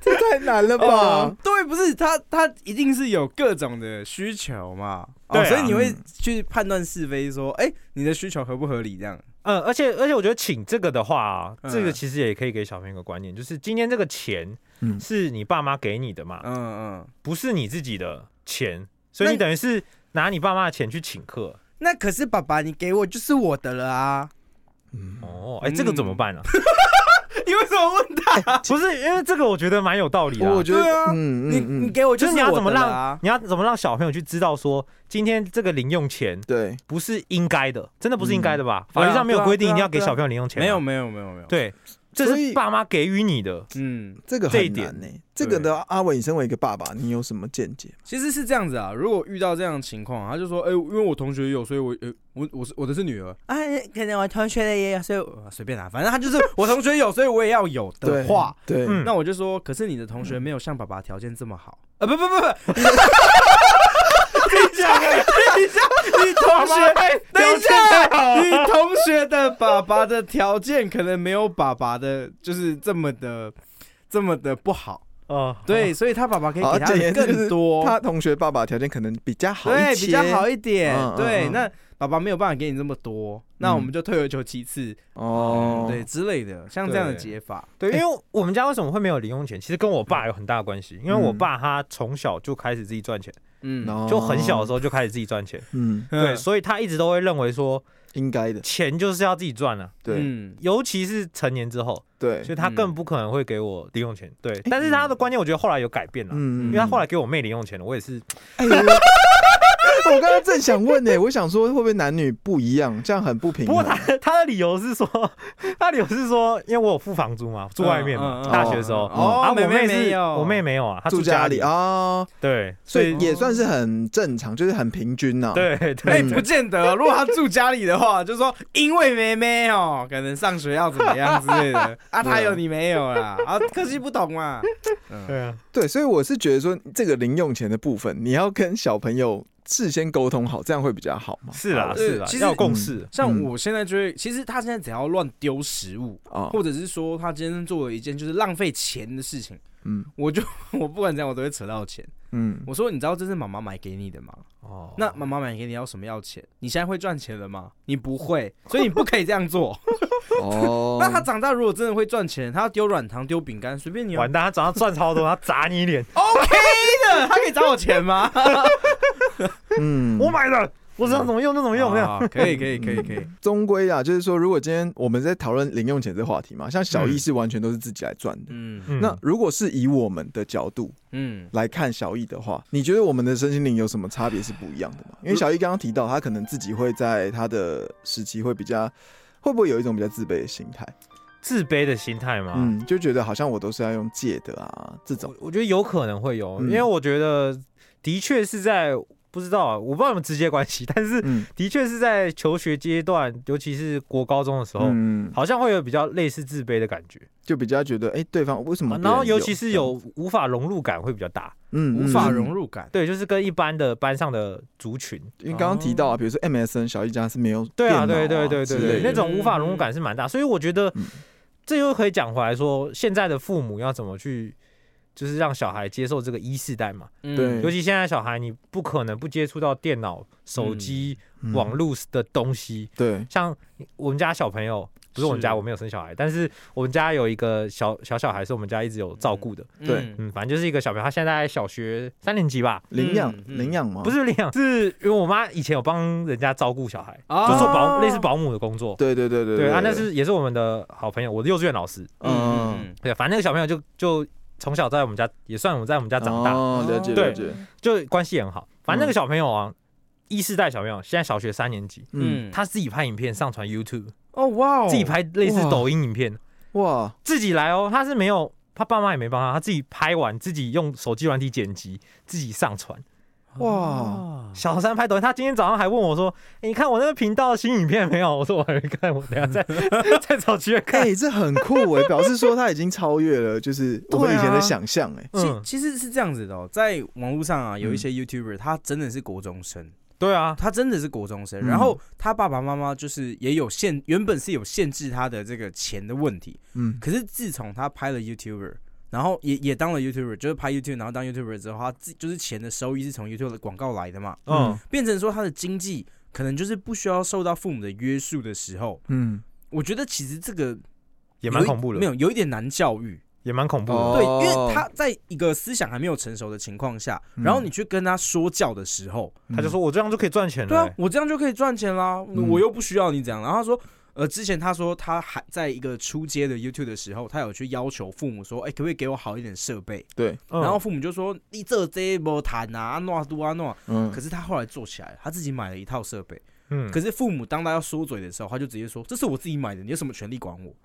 C: 这太难了吧
D: 哦？ *laughs* 对，不是他，他一定是有各种的需求嘛。
B: 对
D: 哦，
B: 啊
D: 所以你会去判断是非，说，哎、你的需求合不合理？这样，
B: 嗯，而且而且我觉得请这个的话、啊，
D: 嗯
B: 这个其实也可以给小朋友一个观念，就是今天这个钱
C: 嗯
B: 是你爸妈给你的嘛，
D: 嗯嗯。
B: 不是你自己的钱，所以
D: 那
B: 你等于是拿你爸妈的钱去请客。
D: 那可是爸爸，你给我就是我的了啊，
C: 嗯
B: 哦，哎、这个怎么办呢、
D: 因为为什么问他？
B: 不是因为这个，我觉得蛮有道理的啊、
C: 我觉得
D: 对啊
C: 嗯
D: *laughs* 你
C: 嗯
D: 你
C: 嗯，
D: 给我
B: 就
D: 就是
B: 你要
D: 我
B: 怎么
D: 的了
B: 让
D: 啊？
B: 你要怎么让小朋友去知道说，今天这个零用钱
C: 对，
B: 不是应该的，真的不是应该的吧？
D: 对啊
B: 法律上没有规定
D: 对啊
B: 一定要给
D: 对啊
B: 小朋友零用钱啊，
D: 没有没有没有没有，，
B: 对，这
C: 所
B: 是
C: 以
B: 爸妈给予你
D: *laughs*
B: 的。
D: 嗯，
C: 这个
B: 这一
C: 很
B: 点
C: 难呢、这个的阿伟，你身为一个爸爸，你有什么见解？
D: 其实是这样子啊，如果遇到这样的情况，他就说，哎、因为我同学有，所以我，呃、我我是我的是女儿啊，可能我同学的也有，所以我随便啦、反正他就是 *laughs* 我同学有，所以我也要有的
C: 对
D: 话，，
C: 对，
D: *laughs*
B: 嗯
D: 那我就说，可是你的同学没有像爸爸条件这么好，啊，嗯不不不 *laughs* 不，
B: *laughs* 你同学，
D: 等
B: 等
D: 一
B: 一
D: 下，
B: 下
D: 你同学的爸爸的条件可能没有爸爸的，就是这么的这么的不好，
B: 哦，
D: 对，所以他爸爸可以
C: 好
D: 给他
C: 简言之就是
D: 更多，
C: 他同学爸爸条件可能比较好
D: 对，
C: 一些，
D: 比较好一点。
C: 嗯嗯
D: 对，
C: 嗯
D: 那爸爸没有办法给你这么多，那我们
C: 嗯
D: 就退而求其次，
C: 哦
D: 嗯，对之类的，像这样的
B: 对
D: 解法。
B: 对，因为我们家为什么会没有零用钱，其实跟我爸有很大的关系，因为我爸他从小就开始自己赚钱，
D: 嗯，
C: 哦，
B: 就很小的时候就开始自己赚钱，
C: 嗯，
B: 对，所以他一直都会认为说
C: 应该的，
B: 钱就是要自己赚啊，
C: 对
D: 嗯
B: 尤其是成年之后，
C: 对，
B: 所以他更不可能会给我零用钱，对，但是他的观念我觉得后来有改变了。
C: 嗯
B: 因为他后来给我妹零用钱了，我也是
C: 哎呦我刚刚正想问呢、我想说会不会男女不一样，这样很不平
B: 不
C: 衡
B: 过。他他的理由是说， *laughs* 他的理由是说，因为我有付房租嘛，住外面嘛，
D: 嗯嗯嗯
B: 大学的时候，
D: 嗯哦
B: 啊，我
D: 妹妹没
B: 是
D: 有
B: 我妹没有啊，她
C: 住
B: 家
C: 家里，啊，
B: 对，
C: 所
B: 所以
C: 以也算是很正常，就是很平均呐、，啊
B: 对
D: *laughs* 哎，
B: 对
D: 不见得。如果他住家里的话，就说因为妹妹哦，可能上学要怎么样之类的啊，他有你没有啦，啊，科系不同嘛。嗯，
B: 对啊，
C: 对，所以我是觉得说这个零用钱的部分，你要跟小朋友事先沟通好，这样会比较好嘛。
B: 是啦
D: 对
B: 是啦
D: 其，实
B: 要有共识，
D: 像
C: 嗯
D: 我现在就会，其实他现在只要乱丢食物，
C: 啊，
D: 或者是说他今天做了一件就是浪费钱的事情，
C: 嗯
D: 我就 *laughs* 我不管怎样我都会扯到钱。
B: *laughs*
C: 嗯，
D: 我说你知道这是妈妈买给你的吗？
B: 哦
D: 那妈妈买给你要什么要钱？你现在会赚钱了吗？你不会，所以你不可以这样做。
C: 哦
D: 那他长大如果真的会赚钱，他要丢软糖、丢饼干，随便你啊。
B: 完蛋，他早上赚超多，他砸你脸，
D: OK 的，他可以找我钱吗？
C: 嗯
B: 我买的，我知道怎么用就怎么用，这样
D: 啊可以，可以，可以，可以。
C: 终归啊，就是说，如果今天我们在讨论零用钱这话题嘛，像小易是完全都是自己来赚的。
D: 嗯
B: 嗯
C: 那如果是以我们的角度
D: 嗯，
C: 来看小易的话，你觉得我们的身心灵有什么差别是不一样的吗？因为小易刚刚提到，他可能自己会在他的时期会比较，会不会有一种比较自卑的心态？
B: 自卑的心态嘛，
C: 嗯，就觉得好像我都是要用借的啊，这种
B: 我我觉得有可能会有，
C: 嗯
B: 因为我觉得的确是在不知道啊，我不知道有没有直接关系， *laughs* 但是
C: 嗯
B: 的确是在求学阶段，尤其是国高中的时候，
C: 嗯，
B: 好像会有比较类似自卑的感觉。
C: 就比较觉得哎、对方为什么
B: 啊
C: 别人有？
B: 然后尤其是有无法融入感会比较大，
C: 嗯
D: 无法融
C: 入。
D: 入感。
B: 对，就是跟一般的班上的族群，
C: 因为刚刚提到啊，比如说 MSN 小易家是没有
B: 对啊，
C: 电
B: 对
C: 脑
B: 对对
C: 之
B: 对
C: 类
B: 对，
C: 的
B: 那种无法融入感是蛮大，所以我觉得
C: 嗯
B: 这又可以讲回来说，现在的父母要怎么去，就是让小孩接受这个一世代嘛，
D: 嗯
C: 对
B: 尤其现在小孩你不可能不接触到电脑、手机、
C: 嗯
B: 网络的东西，
C: 对，
B: 像我们家小朋友。不是我们家，
D: 是
B: 我没有生小孩，但是我们家有一个小小小孩，是我们家一直有照顾的。
D: 嗯
C: 对
B: 嗯，反正就是一个小朋友，他现在大概小学三年级吧，
C: 领养
D: 嗯嗯
C: 领养吗？
B: 不，是领养，是因为我妈以前有帮人家照顾小孩，
D: 哦
B: 就做保类似保姆的工作。
C: 对对对对
B: 对啊，那是也是我们的好朋友，我的幼稚园老师。
C: 嗯，
D: 嗯
B: 对，反正那个小朋友就就从小在我们家，也算我在我们家长大，
C: 哦，了解
B: 对
C: 了解，
B: 就关系也很好。反
D: 嗯
B: 正那个小朋友啊，一世代小朋友，现在小学三年级，
C: 嗯，
B: 他自己拍影片上传 YouTube，
D: 哦哇哦，哦
B: 自己拍类似
C: 哇
B: 抖音影片，
C: 哇，
B: 自己来哦。他是没有，他爸妈也没帮他，他自己拍完，自己用手机软体剪辑，自己上传。
D: 嗯
C: 哇
D: 哇，
B: 小三拍抖音，他今天早上还问我说：“欸你看我那个频道的新影片没有？”我说：“我还没看，我等下
D: *laughs*
B: 再再找机会看。
C: *laughs* 哎，这很酷哎，表示说他已经超越了，就是我们
D: 对啊
C: 以前的想象哎，
B: 嗯
D: 其，其实是这样子的哦，在网络上啊，有一些 YouTuber，他真的是国中生，
B: 对啊，
D: 他真的是国中生，
C: 嗯
D: 然后他爸爸妈妈就是也有限，原本是有限制他的这个钱的问题，
C: 嗯，
D: 可是自从他拍了 YouTuber，然后也也当了 YouTuber，就是拍 YouTube，然后当 YouTuber 之后，他自就是钱的收益是从 YouTube 的广告来的嘛，
B: 嗯，
D: 变成说他的经济可能就是不需要受到父母的约束的时候，
C: 嗯，
D: 我觉得其实这个
B: 也蛮
D: 有一
B: 恐怖
D: 没
B: 的，
D: 有有一点难教育，
B: 也蛮恐怖的。
C: 哦
D: 对，因为他在一个思想还没有成熟的情况下，
C: 嗯
D: 然后你去跟他说教的时候，
B: 他就说：“我这样就可以赚钱
D: 嗯对
B: 了
D: 啊
B: 欸。，
D: 我这样就可以赚钱啦，
C: 嗯
D: 我又不需要你这样。然后他说，呃，之前他说他还在一个初阶的 YouTube 的时候，他有去要求父母说，哎、可不可以给我好一点设备？
C: 对，
B: 嗯
D: 然后父母就说，你这这不谈啊，诺都啊诺。
C: 嗯
D: 可，是他后来做起来了，他自己买了一套设备。
B: 嗯
D: 可是父母当他要说嘴的时候，他就直接说，这是我自己买的，你有什么权利管我？
B: 嗯
C: 嗯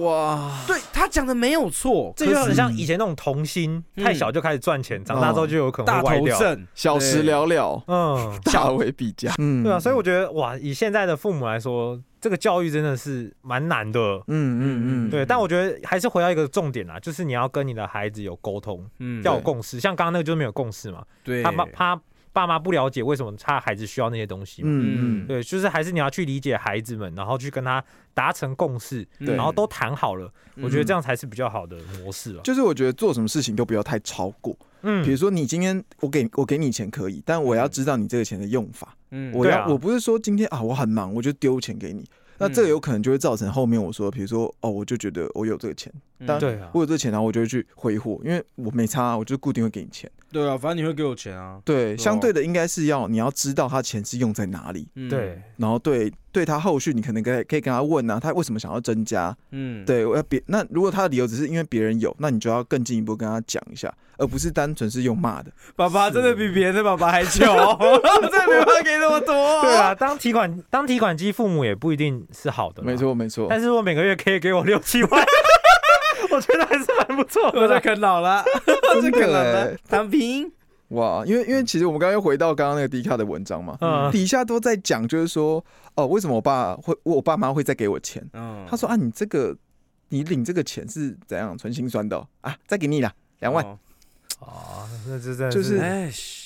C: 哇，
D: 对他讲的没有错，
B: 这就很
C: 嗯
B: 像以前那种童星，
D: 嗯
B: 太小就开始赚钱，长
C: 哦
B: 大之后就有可能
D: 大
B: 会歪
D: 头
B: 掉。
D: 症，
C: 小时
B: *laughs*
C: 了了，
B: 嗯，
C: 大为必佳。嗯，
B: 对啊，所以我觉得哇，以现在的父母来说，这个教育真的是蛮难的。
C: 嗯嗯嗯，
B: 对，但我觉得还是回到一个重点啦，就是你要跟你的孩子有沟通，
D: 嗯，
B: 要有
C: 对
B: 共识。像刚刚那个就是没有共识嘛，
D: 对
B: 他妈他爸妈不了解为什么他孩子需要那些东西嘛。
C: 嗯嗯
B: 对，就是还是你要去理解孩子们，然后去跟他达成共识，
C: 对
B: 然后都谈好了，我觉得
C: 嗯
B: 这样才是比较好的模式吧。
C: 就是我觉得做什么事情都不要太超过，
B: 嗯
C: 比如说你今天我给我给你钱可以，但我要知道你这个钱的用法。
D: 嗯
C: 我
B: 对
C: 要、
B: 啊
C: 我不是说今天啊我很忙，我就丢钱给你，那这个
D: 嗯
C: 有可能就会造成后面我说，比如说哦，我就觉得我有这个钱，
D: 嗯
C: 当
B: 对啊
C: 我，有这个钱，然后我就会去挥霍，因为我没差啊，我就固定会给你钱。
D: 对啊，反正你会给我钱啊，
C: 对，
D: 哦
C: 相对的应该是要你要知道他钱是用在哪里，
D: 嗯
C: *laughs*
B: 对，，
C: 然后对对他后续你可能可以可以跟他问啊，他为什么想要增加？
D: 嗯，
C: 对，我要别那如果他的理由只是因为别人有，那你就要更进一步跟他讲一下，而不是单纯是用骂的。
D: 爸爸真的比别人的爸爸还
B: *laughs*
D: 穷，真的没办法给那么多、
B: 对啊，当提款当提款机，父母也不一定是好的，
C: 没。错
B: *laughs*
C: 没错，
B: 但是我每个月可以给我六七万， *laughs* 我觉得还是蛮不错
D: 我
B: 的
D: 在
B: 啦。
D: 啃老了，
C: 真
D: 啃老
C: 的
D: 了
C: 欸，
D: 躺平。
C: 哇，因为因为其实我们刚刚又回到刚刚那个迪卡的文章嘛，
B: *laughs* 嗯，
C: 底下都在讲就是说哦为什么我爸会我爸妈会再给我钱？
D: 嗯
C: 他说啊你这个你领这个钱是怎样存心酸的哦、啊？再给你啦两万，
D: 哦
B: 哦，那这真的
C: 就是
D: 哎，嘘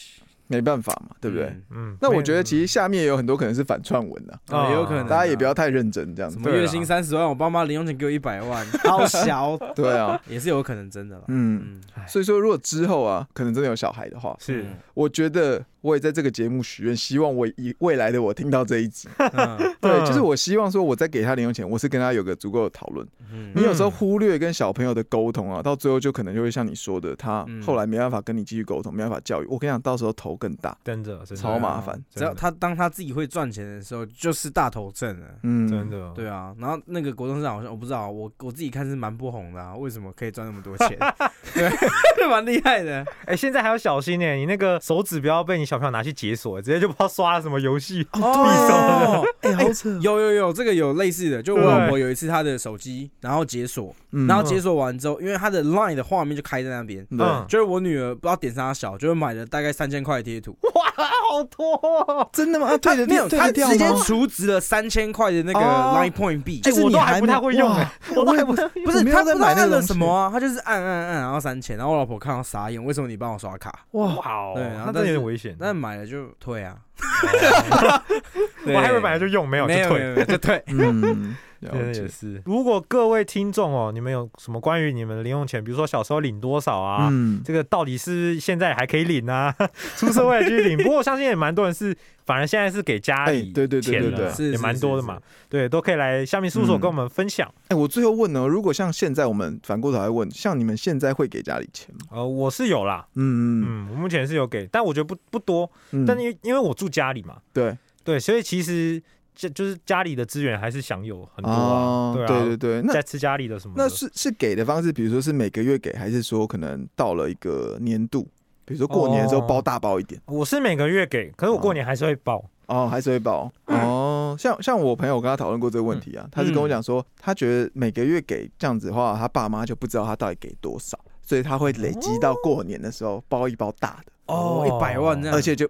C: 没办法嘛，对不对？
D: 嗯？
B: 嗯
C: 那我觉得其实下面也有很多可能是反串文啊，
D: 哦也有可
B: 嗯
D: 能啊
C: 大家也不要太认真这样子
D: 什。么
B: 对
D: 月
B: 啦
D: 薪三十万，我爸妈零用钱给我一百万，好小，哦
C: 对啊，
D: 也是有可能真的了。
C: 嗯，
D: 嗯，
C: 所以说如果之后啊，可能真的有小孩的话，
B: 是
D: 嗯
C: 我觉得我也在这个节目许愿，希望我以未来的我听到这一集，
D: 嗯
C: 对，就是我希望说我在给他零用钱，我是跟他有个足够的讨论。你 *laughs*
D: 嗯
C: 有时候忽略跟小朋友的沟通啊，到最后就可能就会像你说的，他
D: 嗯
C: 后来没办法跟你继续沟通，没办法教育。我跟你讲，到时候头更大。
B: 真的真的
C: 超麻烦
D: 嗯只要他当他自己会赚钱的时候，就是大头症了。
C: 嗯，
B: 真。的
D: 对啊，然后那个国中市场好像我不知道，啊我我自己看是蛮不红的啊，为什么可以赚那么多钱？对， *laughs* 蛮厉害的。
B: 哎、现在还要小心呢、欸你那个手指不要被你小朋友拿去解锁、直接就不知道刷了什么游戏。
D: 哦，
C: 哎，好扯。
D: 有有有，这个有类似的，就我老婆有一次她的手机，然后解锁，
C: 嗯
D: 然后解锁完之后，因为她的 LINE 的画面就开在那边，
C: 对，
B: 嗯
D: 就是我女儿不知道点啥小，就是买了大概三千块的贴图，
B: *laughs* 哇，好多、哦！
C: 真的吗？啊，对的，
D: 没有，
C: 对
D: 她
C: 得掉
D: 直接
C: 吗？
D: 储值了三千块的那个
C: 哦
D: LINE Point B，
C: 就是
B: 我
C: 你
B: 都还
C: 还
B: 不
C: 没
B: 太会用、
C: 哇
B: 哎，我都还不太
D: 不
C: 我
D: 是
C: 没有
D: 她不
C: 在
D: 知道
C: 买那
D: 按
C: 个
D: 了
C: 东
D: 什么啊，她就是按按按，然后三千，然后我老婆看到傻眼，为什么你帮我刷卡？
C: 哇，，
B: 哇哦，
D: 对然后
B: 那
D: 但
B: 真的有
D: 是
B: 点危险。
D: 那买了就退啊， *laughs*
B: 我还以为本来
D: 就
B: 就用，没有就
D: 没有没
B: 退。
D: 有没有就退
C: 嗯，
B: 真
C: 了
B: 的也
C: 解。
B: 是。如果各位听众哦，你们有什么关于你们的零用钱，比如说小时候领多少啊，
C: 嗯，
B: 这个到底是现在还可以领啊， *laughs* 出社会还继续
C: *laughs*
B: 领。不过我相信也蛮多人是，反而现在是给家里
C: 哎对对对
B: 钱
C: 对
B: 了
C: 对
D: 是
B: 也
D: 是
B: 蛮
D: 是
B: 多的
D: 是
B: 嘛。对，都可以来下面事务所跟我们分享。
C: 哎，我最后问呢，如果像现在我们反过头来问，像你们现在会给家里钱吗？
B: 呃，我是有啦，
C: 嗯
B: 嗯，我目前是有给，但我觉得不不多，
C: 嗯
B: 但因为因为我住家里嘛，
C: 对
B: 对，所以其实就就是家里的资源还是享有很多啊，对
C: 对
B: 啊，
C: 对对，哦那
B: 在吃家里的什么的
C: 那是是给的方式，比如说是每个月给，还是说可能到了一个年度，比如说过年的时候
B: 哦
C: 包大包一点
B: 我是每个月给，可是我过年还是会报，
C: 哦还是会包、
B: 嗯
C: 哦。像像我朋友跟他讨论过这个问题啊，他是跟我讲说，他觉得每个月给这样子的话，他爸妈就不知道他到底给多少，所以他会累积
B: 哦
C: 到过年的时候包一包大的，
D: 哦100万
B: 嗯
D: 这样
C: 而且就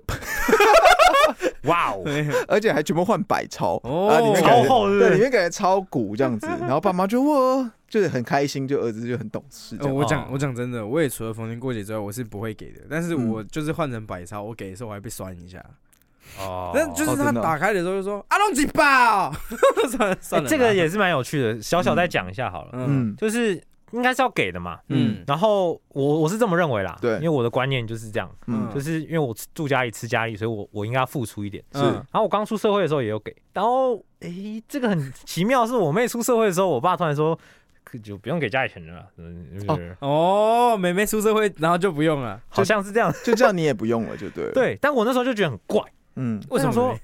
B: 哇哦，
C: 而且还全部换百钞
D: 哦
C: 啊，里面感
B: 超
C: 觉
B: 厚是不是
C: 对，里面感觉超鼓这样子，然后爸妈就哇，就是很开心，就儿子就很懂事这
D: 呃
C: 样。
D: 我
B: 哦
D: 讲我讲真的，我也除了逢年过节之外，我是不会给的。但是我
B: 嗯
D: 就是换成百钞，我给的时候我还被酸一下。
B: 哦
D: 但就是
C: 哦
D: 他
C: 真的哦
D: 打开的时候就说：“啊，弄几包。” *laughs* 算了算了啦，
B: 这个也是蛮有趣的，小小再讲一下好了，
D: 嗯
C: 嗯，
B: 就是应该是要给的嘛。
D: 嗯
B: 然后我我是这么认为啦，
C: 对
B: 因为我的观念就是这样，
C: 嗯
B: 就是因为我住家里吃家里，所以我我应该要付出一点。
C: 是
D: 嗯
B: 然后我刚出社会的时候也有给，然后诶，这个很奇妙，是我妹出社会的时候，我爸突然说，可就不用给家里钱了啦，嗯，
C: 哦
D: 哦，妹妹出社会，然后就不用了。
B: *laughs* 好像是这样，
C: 就这样你也不用了，就对了。
B: 对。但我那时候就觉得很怪，
C: 嗯
B: 我想说，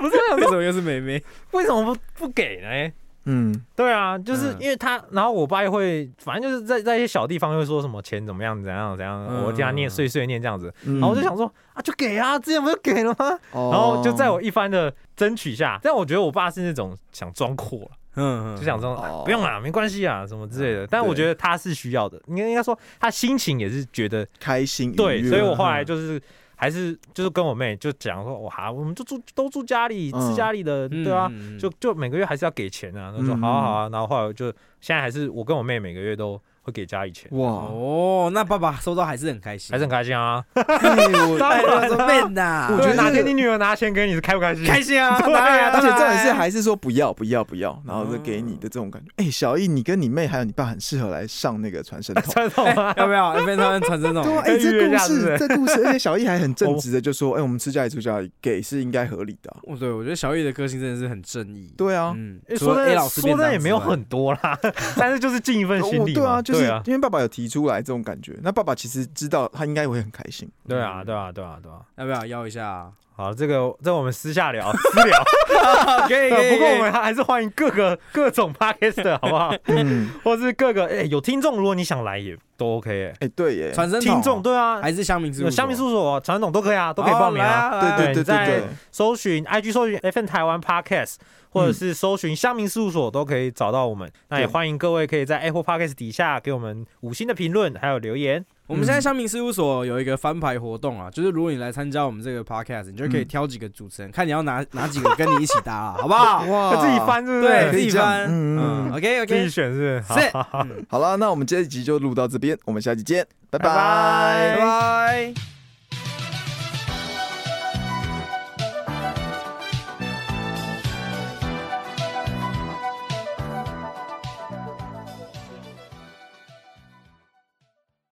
D: 不是为什么又是妹妹？
B: 为什么不不给呢？
C: 嗯
B: 对啊，就是
D: 嗯
B: 因为他，然后我爸又会，反正就是在在一些小地方又会说什么钱怎么样怎样怎样，
D: 嗯
B: 我听他念碎碎念这样子，
C: 嗯
B: 然后我就想说啊，就给啊，之前不是给了吗？
C: 哦
B: 然后就在我一番的争取下，但我觉得我爸是那种想装阔了，
D: 嗯，
B: 就想说、
C: 哦
B: 啊不用啦，没关系啊，什么之类的。但我
C: 对
B: 觉得他是需要的，应该应该说他心情也是觉得
C: 开心愉
B: 对，
C: 悦
B: 所以我后来就是还是就是跟我妹就讲说，哇，我们就住都住家里，
C: 嗯
B: 吃家里的，对啊，
D: 嗯，
B: 就就每个月还是要给钱啊。她说
C: 嗯
B: 好啊好啊，然后后来我就现在还是我跟我妹每个月都会给家里钱，
C: 哇，
D: 哦，那爸爸收到还是很开心，
B: 还是很啊开心啊。
C: 哎
B: *laughs*
C: 我
B: 当然
D: 怎么
B: 啦，
D: 办呐？
C: 我觉得
B: 对哪
C: 这个
B: 天你女儿拿钱给你是开不开心？
D: 开心啊，
B: 对啊 *laughs*
C: 而
D: 当然
C: 且重点是
D: 当然
C: 还是说不要不要不要，然后就给
B: 哦
C: 你的这种感觉。哎、小易，你跟你妹还有你爸很适合来上那个传声
B: *laughs*
C: 筒。
B: 传统啊，
D: 要不要？要不要他们传这
C: 对啊，
D: 种？
C: 哎、
B: 可以
C: 这
B: 预约一
C: 故
B: 下是不
C: 事，
B: 是
C: 这故事，而且小易还
B: *laughs*
C: 很正直的就说：“哎、我们吃家里住家里，给是应该合理的啊、
D: 哦，对，我觉得小雨的个性真的是很正义。
C: 对啊，
D: 嗯
B: 诶，
D: 除
B: 哎说
D: 了
B: 真
D: A
B: 的，
D: 老师
B: 说真的也没有
D: 很
B: 很多啦，但是就是尽一份心
C: 我
B: 力
C: 对
B: 嘛。
C: 啊，就是
B: 对啊，
C: 因为爸爸有提出来这种感觉，那爸爸其实知道他应该会很开心。
B: 对啊，对啊，对啊，对啊。
D: 要不要邀一下啊？
B: 好，这个这我们私下聊，私聊。 *laughs*
D: 可
B: 对，
D: 以
B: 啊不过我们还是欢迎各个各种 podcast 好不好？
C: 嗯，
B: 或是各个哎、有听众，如果你想来也都 OK 哎、
C: *laughs* 哎、对耶，
D: 传声筒
B: 听众对啊，
D: 还是乡民事务
B: 有
D: 所
B: 乡民事务所、传统都可以啊，都可以报名啊。
D: 哦来
B: 哎
C: 对对对
B: 你
C: 对
B: 在
C: 对，
B: 搜寻 IG 搜寻 FN 台湾 Podcast，或者是搜寻乡民事务所都可以找到我们。那也
C: 对
B: 欢迎各位可以在 Apple Podcast 底下给我们五星的评论，还有留言。
D: 我们现在乡民事务所有一个翻牌活动啊，就是如果你来参加我们这个 podcast，你就可以
C: 嗯
D: 挑几个主持人，看你要 *laughs* 哪哪几个跟你一起搭啊，好不好？
C: 哇
B: 自己，翻是不
D: 对，
B: 是？
D: 自
C: 可以
D: 己
C: 这样
D: 翻。
C: 嗯
D: 嗯，OK
B: 自
D: 嗯
B: 己
D: OK，
B: 选是不是？好
D: 是，
C: 好了，那我们这一集就录到这边，我们下期见，拜
B: 拜拜
D: 拜拜。